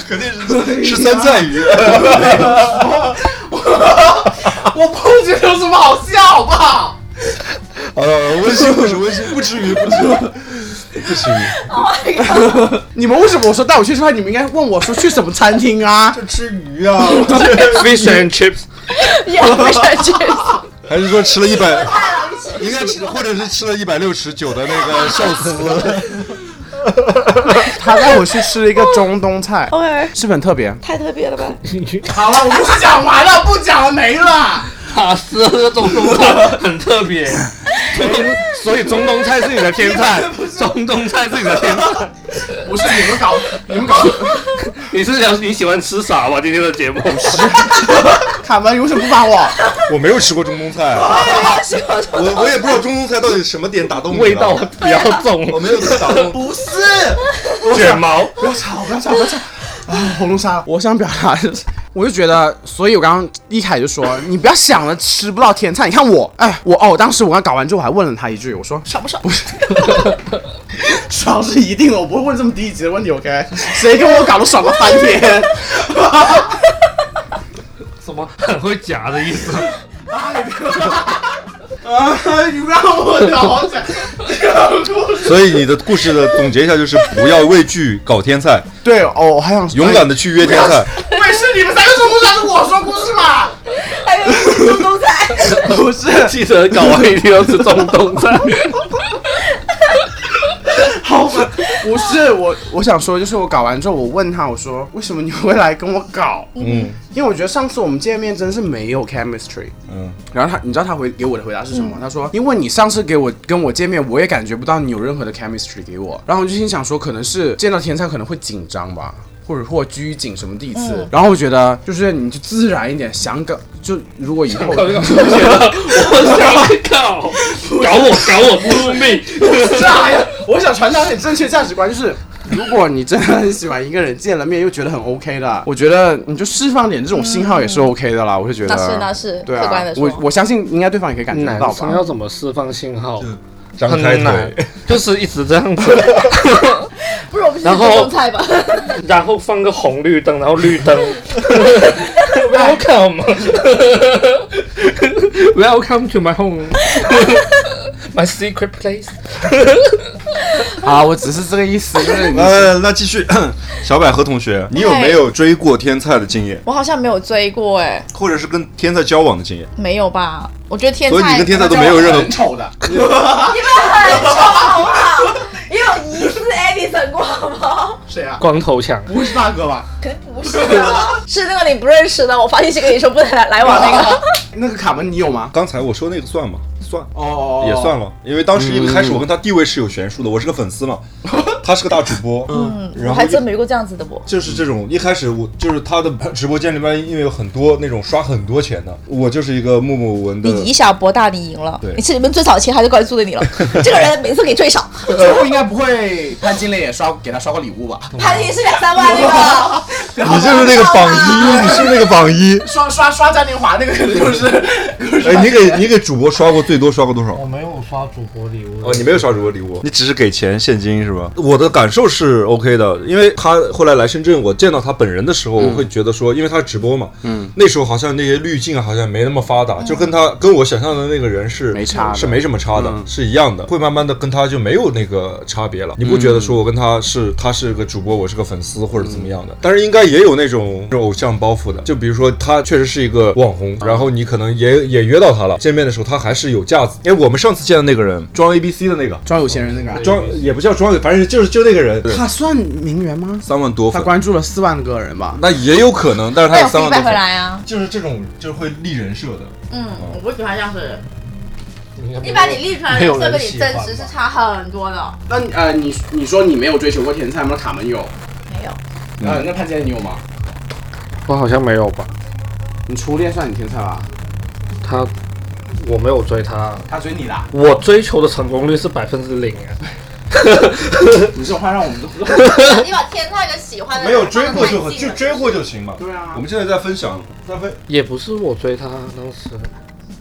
I: 肯定是是酸菜鱼。
A: 我不觉得有什么好笑，好不好？
I: 呃，温馨故事，温馨不吃鱼，不吃不吃鱼，
E: Oh my god！
A: <laughs> 你们为什么我说带我去吃饭？你们应该问我说去什么餐厅啊？
I: 就吃鱼啊！
D: Fish and chips，
E: <laughs> 也没事，这 <laughs>
I: 还是说吃了一百，
E: 是
I: 应该吃，或者是吃了一百六十九的那个寿司？
A: 他带我去吃一个中东菜，
E: OK，
A: 是不是很特别？
E: 太特别 <laughs> 了吧？
A: 好了，我故事讲完了，不讲了，没了。
H: 塔斯这种东菜很特别，
D: 所以中东菜是你的天菜，
H: 中东菜是你的天菜。
A: 不是你们
D: <laughs>
A: 搞，你们搞，
D: 你是想你喜欢吃啥吧？今天的节目
A: 卡门，你为什么不帮我？
I: 我没有吃过中东菜，我我也不知道中东菜到底什么点打动你了
D: <laughs> 味道比较重，
I: 我没有被打动。
A: 不是，
D: 卷毛。
A: 不要吵，不要吵，不要吵。啊，喉咙沙！我想表达的是，我就觉得，所以我刚刚一开始就说，你不要想了吃不到天菜。你看我，哎，我哦，当时我刚搞完之后，我还问了他一句，我说
J: 爽
A: <laughs>
J: 不爽？
A: 爽是一定的，我不会问这么低级的问题，OK？谁跟我搞都爽了翻天。
D: 什么很会夹的意 <laughs> 思？
A: 啊！ <laughs> 你让我好想
C: 所以你的故事的总结一下就是不要畏惧搞天才，
A: 对哦，我还想
C: 勇敢的去约天才。
A: 喂，是你们三个说故事还是我说故事嘛？
J: 还有东东
E: <laughs>
J: 菜，
A: 不是，
K: 记得搞完一定要吃中东菜。
A: 好烦。 <laughs> 不是我，我想说，就是我搞完之后，我问他，我说为什么你会来跟我搞？嗯，因为我觉得上次我们见面真是没有 chemistry。嗯，然后他，你知道他回给我的回答是什么？他说，因为你上次给我跟我见面，我也感觉不到你有任何的 chemistry 给我。然后我就心想说，可能是见到天才可能会紧张吧。或者或拘谨什么地次，然后我觉得就是你就自然一点，想搞就如果以后
K: 我想搞，搞我，搞我不命。
A: <laughs> 啥呀？我想传达点正确价值观，就是如果你真的很喜欢一个人，见了面又觉得很 OK 的，我觉得你就释放点这种信号也是 OK 的啦。我是觉得
E: 嗯那是那是
A: 对
E: 客观
A: 啊
E: 地，说
A: 我我相信应该对方也可以感觉得
D: 男
A: 到
D: 生要
A: 吧。
D: 怎么释放信号？
C: 张
D: 很
C: 开
D: 难
C: 腿，，
D: <laughs> 就是一直这样 <laughs> 子，
J: 不是我们是
D: 然后
J: 东东菜吧？
D: 然后放个红绿灯，然后绿 <laughs> 灯 <laughs> ，Welcome，Welcome to my <laughs> home，my secret place。
A: 啊，我只是这个意思，就是
E: <laughs>
A: 你
C: 呃，那继续，小百合同学，你有没有追过天才的经验，
E: 我好像没有追过哎、
C: 或者是跟天才交往的经验？
E: 没有吧？我觉得天
C: 所以你
E: 才
C: 跟天才都没有任何
A: 很丑的，
J: 你们很丑好不好？也有疑似 Edison 过好不好？
A: 谁啊？
D: 光头强，
A: 不会是大哥吧？
J: 肯定不是啊，
E: 是那个你不认识的，我发信息跟你说不能来来往那个。
A: 那个卡门你有吗？
C: 刚才我说那个算吗？算。
A: 哦哦，哦
C: 也算。了，因为当时一开始我跟他地位是有悬殊的，我是个粉丝嘛，他是个大主播，嗯，
E: 我
C: 然后
E: 还
C: 就
E: 真没遇过这样子的我。
C: 就是这种一开始我就是他的直播间里面，因为有很多那种刷很多钱的，我就是一个默默无闻的
E: 你，以小博大，你赢了
C: 对。
E: 你吃里面最少的钱，他就关注的你了。这个人每次给最少，
A: 最后应该不会潘金莲也刷给他刷过礼物吧？
J: 潘金是两三万那个，
C: 你就是那个榜一，你是那个榜一，
A: 刷刷刷嘉年华那个就是，
C: 哎，你给你给主播刷过最多刷过多少？
D: 我没有刷主播礼物
C: 哦，你没有刷主播礼物，你只是给钱现金是吧？我的感受是 OK 的，因为他后来来深圳，我见到他本人的时候，我会觉得说，因为他直播嘛，嗯，那时候好像那些滤镜啊好像没那么发达，就跟他跟我想象的那个人是
A: 没差的
C: 是没什么差的，嗯是一样的，会慢慢的跟他就没有那个差别了。你不觉得说我跟他是他是个主播，我是个粉丝或者怎么样的？但是应该也有那种偶像包袱的，就比如说他确实是一个网红，然后你可能也也约到他了，见面的时候他还是有架子，因哎为我们上次见的那个人装 ABC 的那个。
A: 装有钱人那个啊，
C: 装也不叫装，反正就是就那个人，
A: 他算名媛吗？
C: 三万多
A: 他
C: 粉，
A: 关注了四万个人吧？
C: 那也有可能，但是
E: 他
C: 他
E: 有
C: 有三万
E: feedback
C: 多
E: 回
C: 粉，
E: 来啊。
C: 就是这种就是会立人设的，
J: 嗯，我不喜欢这样子的人。
D: 你
J: 一般你立出来的
D: 没有
J: 人设
D: 人
J: 跟你
D: 喜欢
J: 真实是
D: 吧
J: 差很多的。
A: 那你呃，你你说你没有追求过甜菜吗？卡门有，
J: 没有，
A: 呃，那潘姐你有吗？
D: 我好像没有吧？
A: 你初恋算你天才吧？
D: 他，我没有追他，
A: 他追你的，啊 <laughs>
D: 我追求的成功率是百分之零啊。 <laughs>
A: 你这种话让我们都不知道。
J: 你把天菜跟喜
E: 呃
J: 欢的
C: 没有追过就
J: 放得太近
C: 就
J: 了
C: 追过就行嘛。
A: 对啊
C: 我们现在在分享，在分
D: 也不是我追他，当时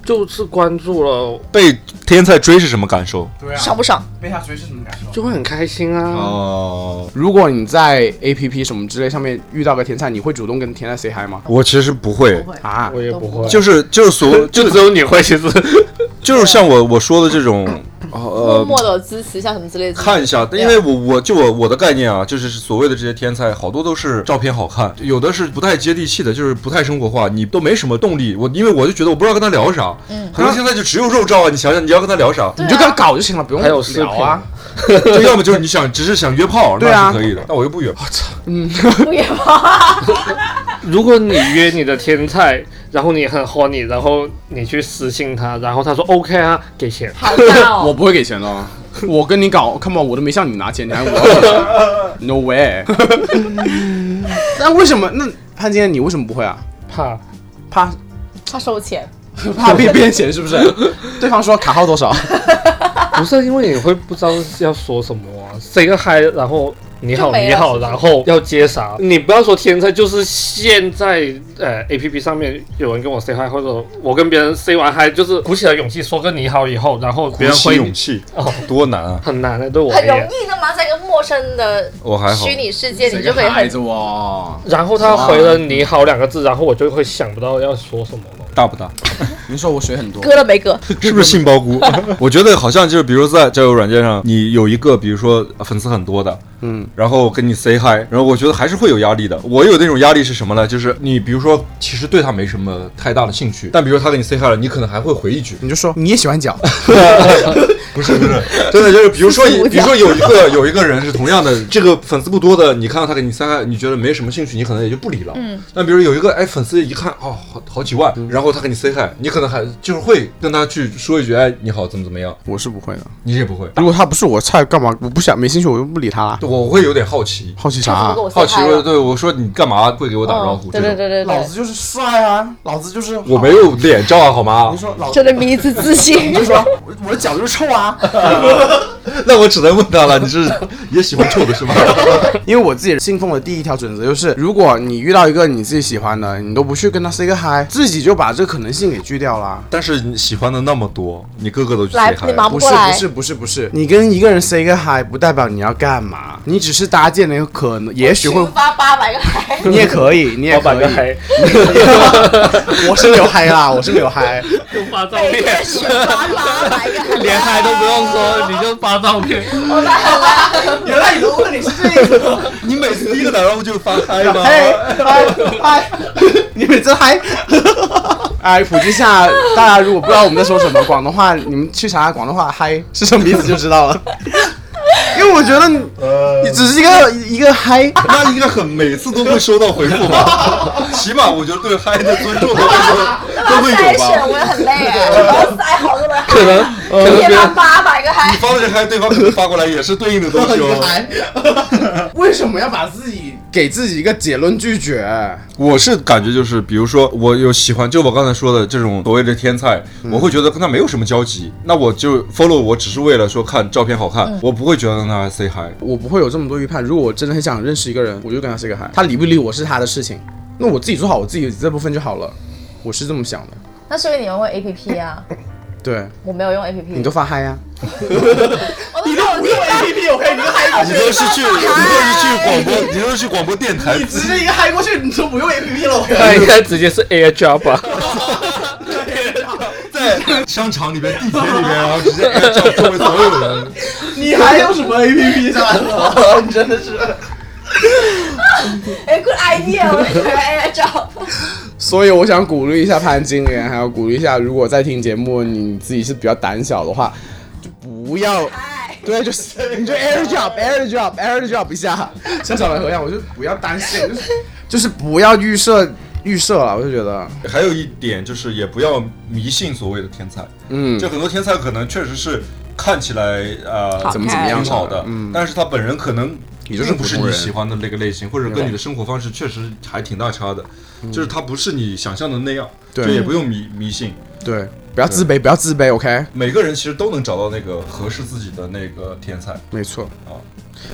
D: 就是关注了，
C: 被天才追是什么感受？
A: <laughs> 对啊
E: 爽不爽？
A: 被他追是什么感受？
D: 就会很开心啊。
C: 哦，
A: 如果你在 A P P 什么之类上面遇到个天才，你会主动跟天才 say hi 吗？
C: 我其实不会，
A: 啊
D: 我，也不会，
C: 就是就是 <laughs> 所就
D: 只有你会，其实
C: 就是像我我说的这种，
E: 默，
C: 呃
E: 默的支持，像什么之类的。
C: 看一下，因为我我就我我的概念啊，就是所谓的这些天才，好多都是照片好看，有的是不太接地气的，就是不太生活化，你都没什么动力。我因为我就觉得我不知道跟他聊啥，嗯，很多天才就只有肉照啊，你想想你要跟他聊啥，
A: <laughs> 你就跟他搞就行了，不用
D: 还有视频
A: 聊啊。
C: 就要么就是你想只是想约炮，
A: 对啊
C: 那是可以的，那我又不约。我操，
D: 如果你约你的天菜，然后你很 horny，然后你去私信他，然后他说 OK 啊，给钱，
J: 好大哦。
A: 我不会给钱的
D: <laughs>
A: 哦，我跟你搞，come on，我都没向你拿钱，你还我
D: <laughs>
A: 要给钱？No way。那为什么？那潘金莲你为什么不会啊？
D: 怕
A: 怕
E: 他收钱，
A: <laughs>
E: <laughs>
A: 怕被变钱是不是？对方说卡号多少？
D: 不是因为你会不知道要说什么啊，say 个 hi，然后你好
E: 就没
D: 你
E: 了
D: 好，
E: 是不是
D: 然后要接啥？你不要说天才，就是现在呃 A P P 上面有人跟我 say hi，或者我跟别人 say 完 hi，就是鼓起了勇气说个你好以后，然后别
C: 鼓
D: 人
C: 起
D: 回
C: 勇
D: 你，
C: 气
D: 哦，
C: 多难啊！
D: 很难的，对我而
E: 很容
D: 言。
E: 易的吗？在一个陌生的
C: 哦我还好
E: 虚，拟世界，你就可以
A: 个孩
E: 很
A: 子哦，
D: 然后他回了你好两个字，然后我就会想不到要说什么了。
C: 大不大？
A: 你说我水很多，
L: 割了没割？
C: <laughs> 是不是杏鲍菇？ <laughs> 我觉得好像就是，比如在交友软件上，你有一个，比如说粉丝很多的，
A: 嗯，
C: 然后跟你 say hi，然后我觉得还是会有压力的。我有那种压力是什么呢？就是你比如说其实对他没什么太大的兴趣，但比如说他跟你 say hi 了，你可能还会回一句，
A: 你就说你也喜欢脚，
C: 不是不是， <laughs> 真的就是比如说
L: 四五
C: 比如说有一个有一个人是同样的，这个粉丝不多的，你看到他给你 say hi，你觉得没什么兴趣，你可能也就不理了。嗯，但比如有一个哎粉丝一看哦好好几万，然后他给你 say hi，你可能还就是会跟他去说一句哎你好怎么怎么样，
A: <laughs> 我是不会的。
C: 你也不会。
A: 如果他不是我菜，干嘛？我不想没兴趣，我就不理他啦。
C: 我会有点好奇，
A: 好奇啥、
E: 他怎么
A: 啊
E: 跟？我
C: 好
E: say hi
C: 奇问
E: 了？哦
C: 对我说你干嘛不给我打招呼？
L: 对对
C: 这种，
L: 对对
A: 老
L: 对，
A: 子就是帅啊，老子就是
C: 我没有脸照啊，好吗
A: 你？说老
L: 真的迷之自信
A: 你。就说我我的脚就是臭啊，
C: <laughs> 那我只能问 <laughs> 他了，你是也喜欢臭的是吗？
A: <laughs> 因为我自己信奉的第一条准则就是，如果你遇到一个你自己喜欢的，你都不去跟他 say 个 hi，自己就把这个可能性给拒掉啦。
C: <laughs> 但是你喜欢的那么多，你个个都去
E: 来
C: say，
E: 你
C: hi，
E: 忙
A: 不是
E: 过来
A: 不。是不是不是，你跟一个人 say 个 hi 不代表你要干嘛，你只是搭建了一个可能，也许会
E: 群，发八百个嗨，
A: 你也可以，你也
D: 我把
A: 可
D: 个
A: 以。
M: <laughs>
D: 黑，
A: 我是没有嗨啦，我是没有
E: <laughs>
A: 嗨。
M: 就发照
E: 每
M: 片
D: <laughs>
E: 天，群发八百个嗨，
M: 连嗨都不用说，你就发照片。
A: 原来你的问题是这个，
C: 你每次第一个打招呼就发嗨 <laughs> 吗？
A: 嗨 <laughs> 嗨嗨， <laughs> 你每次
E: <laughs>
A: 嗨。哎，普及一下，大家如果不知道我们在说什么广东话，你们去查广东话“嗨”是什么意思就知道了。因为我觉得你你只是一
E: 呃
A: 个一个嗨，
C: 那应该很每次都会收到回复 <laughs> 吧？起码我觉得对嗨的尊重都会都
E: <laughs>
C: 会
E: 筛
C: 有
E: 选我
C: 吧？
E: 也很累哎，我要塞好多人
D: 可
E: 嗨， <laughs>
D: 能可
E: 一
D: 能别
E: 天发
D: 人
E: 八百个嗨
C: 你。发的这嗨，对方可能发过来也是对应的东
E: 哎
C: 西 <laughs> 哦。
A: <laughs> 为什么要把自己给自己一个结论拒绝？
C: 我是感觉就是，比如说我有喜欢，就我刚才说的这种所谓的天菜，
A: 嗯
C: 我会觉得跟他没有什么交集，那我就 follow 我只是为了说看照片好
A: 嗯
C: 看，我不会觉得跟他 say hi。
A: 我不会有这么多预判。如果我真的很想认识一个人，我就跟他 say 个 hi，他理不理我是他的事情，那我自己做好我自己这部分就好了。我是这么想的。
E: 那是因为你用过 A P P 啊，
A: 对，
E: 我没有用 A P
A: 你
E: P，
A: 都发嗨啊呀、
E: 你都不用 A P P，我跟你嗨，
C: 你都是去，你都是去广播，你都是去广播电台。
A: 直啊接一个嗨过去，你说不用 A P P 了，我
D: 他应该直接是 air job 吧？
C: 在商场里边、地铁里边，然后直接哎按照周围所有的人。
A: 你还有什么 A P P 上的？你真的是。
E: 哎，good idea，我给个 AI
C: <laughs>
E: 照。
A: 所以我想鼓励一下潘金莲，还有鼓励一下，如果在听节目你自己是比较胆小的话，就不要。
E: 嗨，
A: 对，就是你就 air drop air drop air drop 一下，像小白和一样，我就不要担心，就是就是不要预设预设了，我就觉得，
C: 还有一点就是，也不要迷信所谓的天才，
A: 嗯，
C: 就很多天才可能确实是看起来呃
A: 怎么怎么样
C: 挺好的，
A: 嗯，
C: 但是他本人可能
A: 也就是
C: 并不是
A: 普通
C: 你
A: 人
C: 喜欢的那个类型，或者跟你的生活方式确实还挺大差的，就是他不是你想象的那样，
A: 嗯对
C: 就也不用迷迷信。
A: 对，不要自卑，不要自卑，OK，
C: 每个人其实都能找到那个合适自己的那个天才，
A: 没错
C: 哦，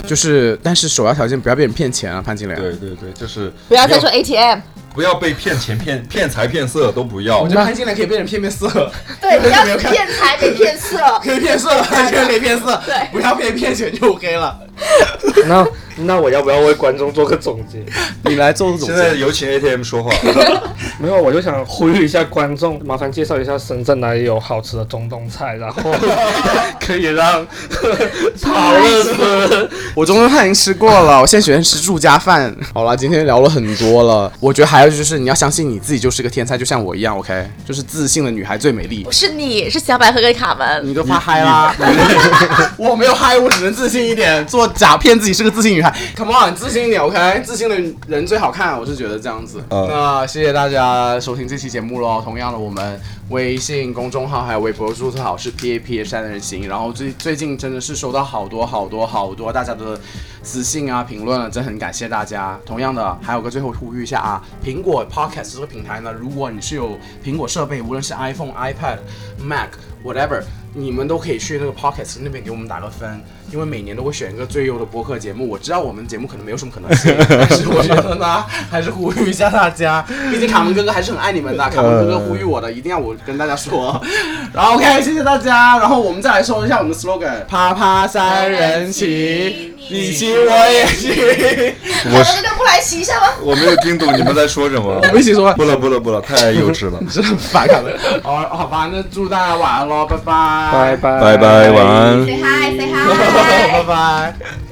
A: 就是，但是首要条件不要被人骗钱啊，潘金莲。
C: 对对对，就是
L: 不要再说 ATM，
C: 不要被骗钱、骗骗财、骗色都不
A: <laughs>
C: 要。
A: 潘金莲可以被人骗变色， <laughs>
E: 对，你要骗财没骗色。 <laughs>
A: 可以骗 <laughs> 色，潘金莲可以骗色
E: 对
A: 不要被骗钱就 OK 了。
D: 那 <laughs> 那我要不要为观众做个总结？
A: 你来做总
C: 现
A: 结，
C: 在有请 ATM 说话，
D: 没有，我就想呼吁一下观众，麻烦介绍一下深圳哪里有好吃的中东菜，然后 <laughs> 可以让陶乐斯
A: <laughs> 我中东菜已经吃过了，我现在喜欢吃住家饭。好啦，今天聊了很多了，我觉得还有就是你要相信你自己就是个天才，就像我一样，OK，就是自信的女孩最美丽
L: 不。是你是小百合跟卡门，
A: 你都发嗨 <laughs> 啦！我没有嗨，我只能自信一点，做假骗自己是个自信女孩。Come on，自信一点，OK？自信的人最好看，我是觉得这样子。啊
C: 嗯
A: 那谢谢大家收听这期节目喽。同样的，我们微信公众号还有微博注册号是 P A P A 三人行。然后最最近真的是收到好多好多好多大家的私信啊、评论啊，真的很感谢大家。同样的，还有个最后呼吁一下啊，苹果 Podcast 这个平台呢，如果你是有苹果设备，无论是 iPhone、iPad、Mac whatever，你们都可以去那个 Pocket 那边给我们打个分，因为每年都会选一个最优的播客节目。我知道我们节目可能没有什么可能
D: <laughs>
A: 性，但是我觉得呢，还是呼吁一下大家，毕竟卡门哥哥还是很爱你们的，卡门哥哥呼吁我的，一定要我跟大家说。然后 OK，谢谢大家，然后我们再来说一下我们的 slogan：啪啪三人行，你行我也
D: <laughs>
A: 行。
E: 我
C: <laughs>
E: 是跟布莱奇一下吧。
I: 我没有听懂你们在说什么。
A: 我们一起说吧， <laughs>
I: 不了不了不了，太幼稚了。
A: 真的很烦卡门。好，好吧，那祝大家晚安喽，拜拜，
D: 拜
I: 拜
D: 拜
I: 拜，晚安。
E: Say hi，say
A: <laughs>
E: hi。
A: 拜拜。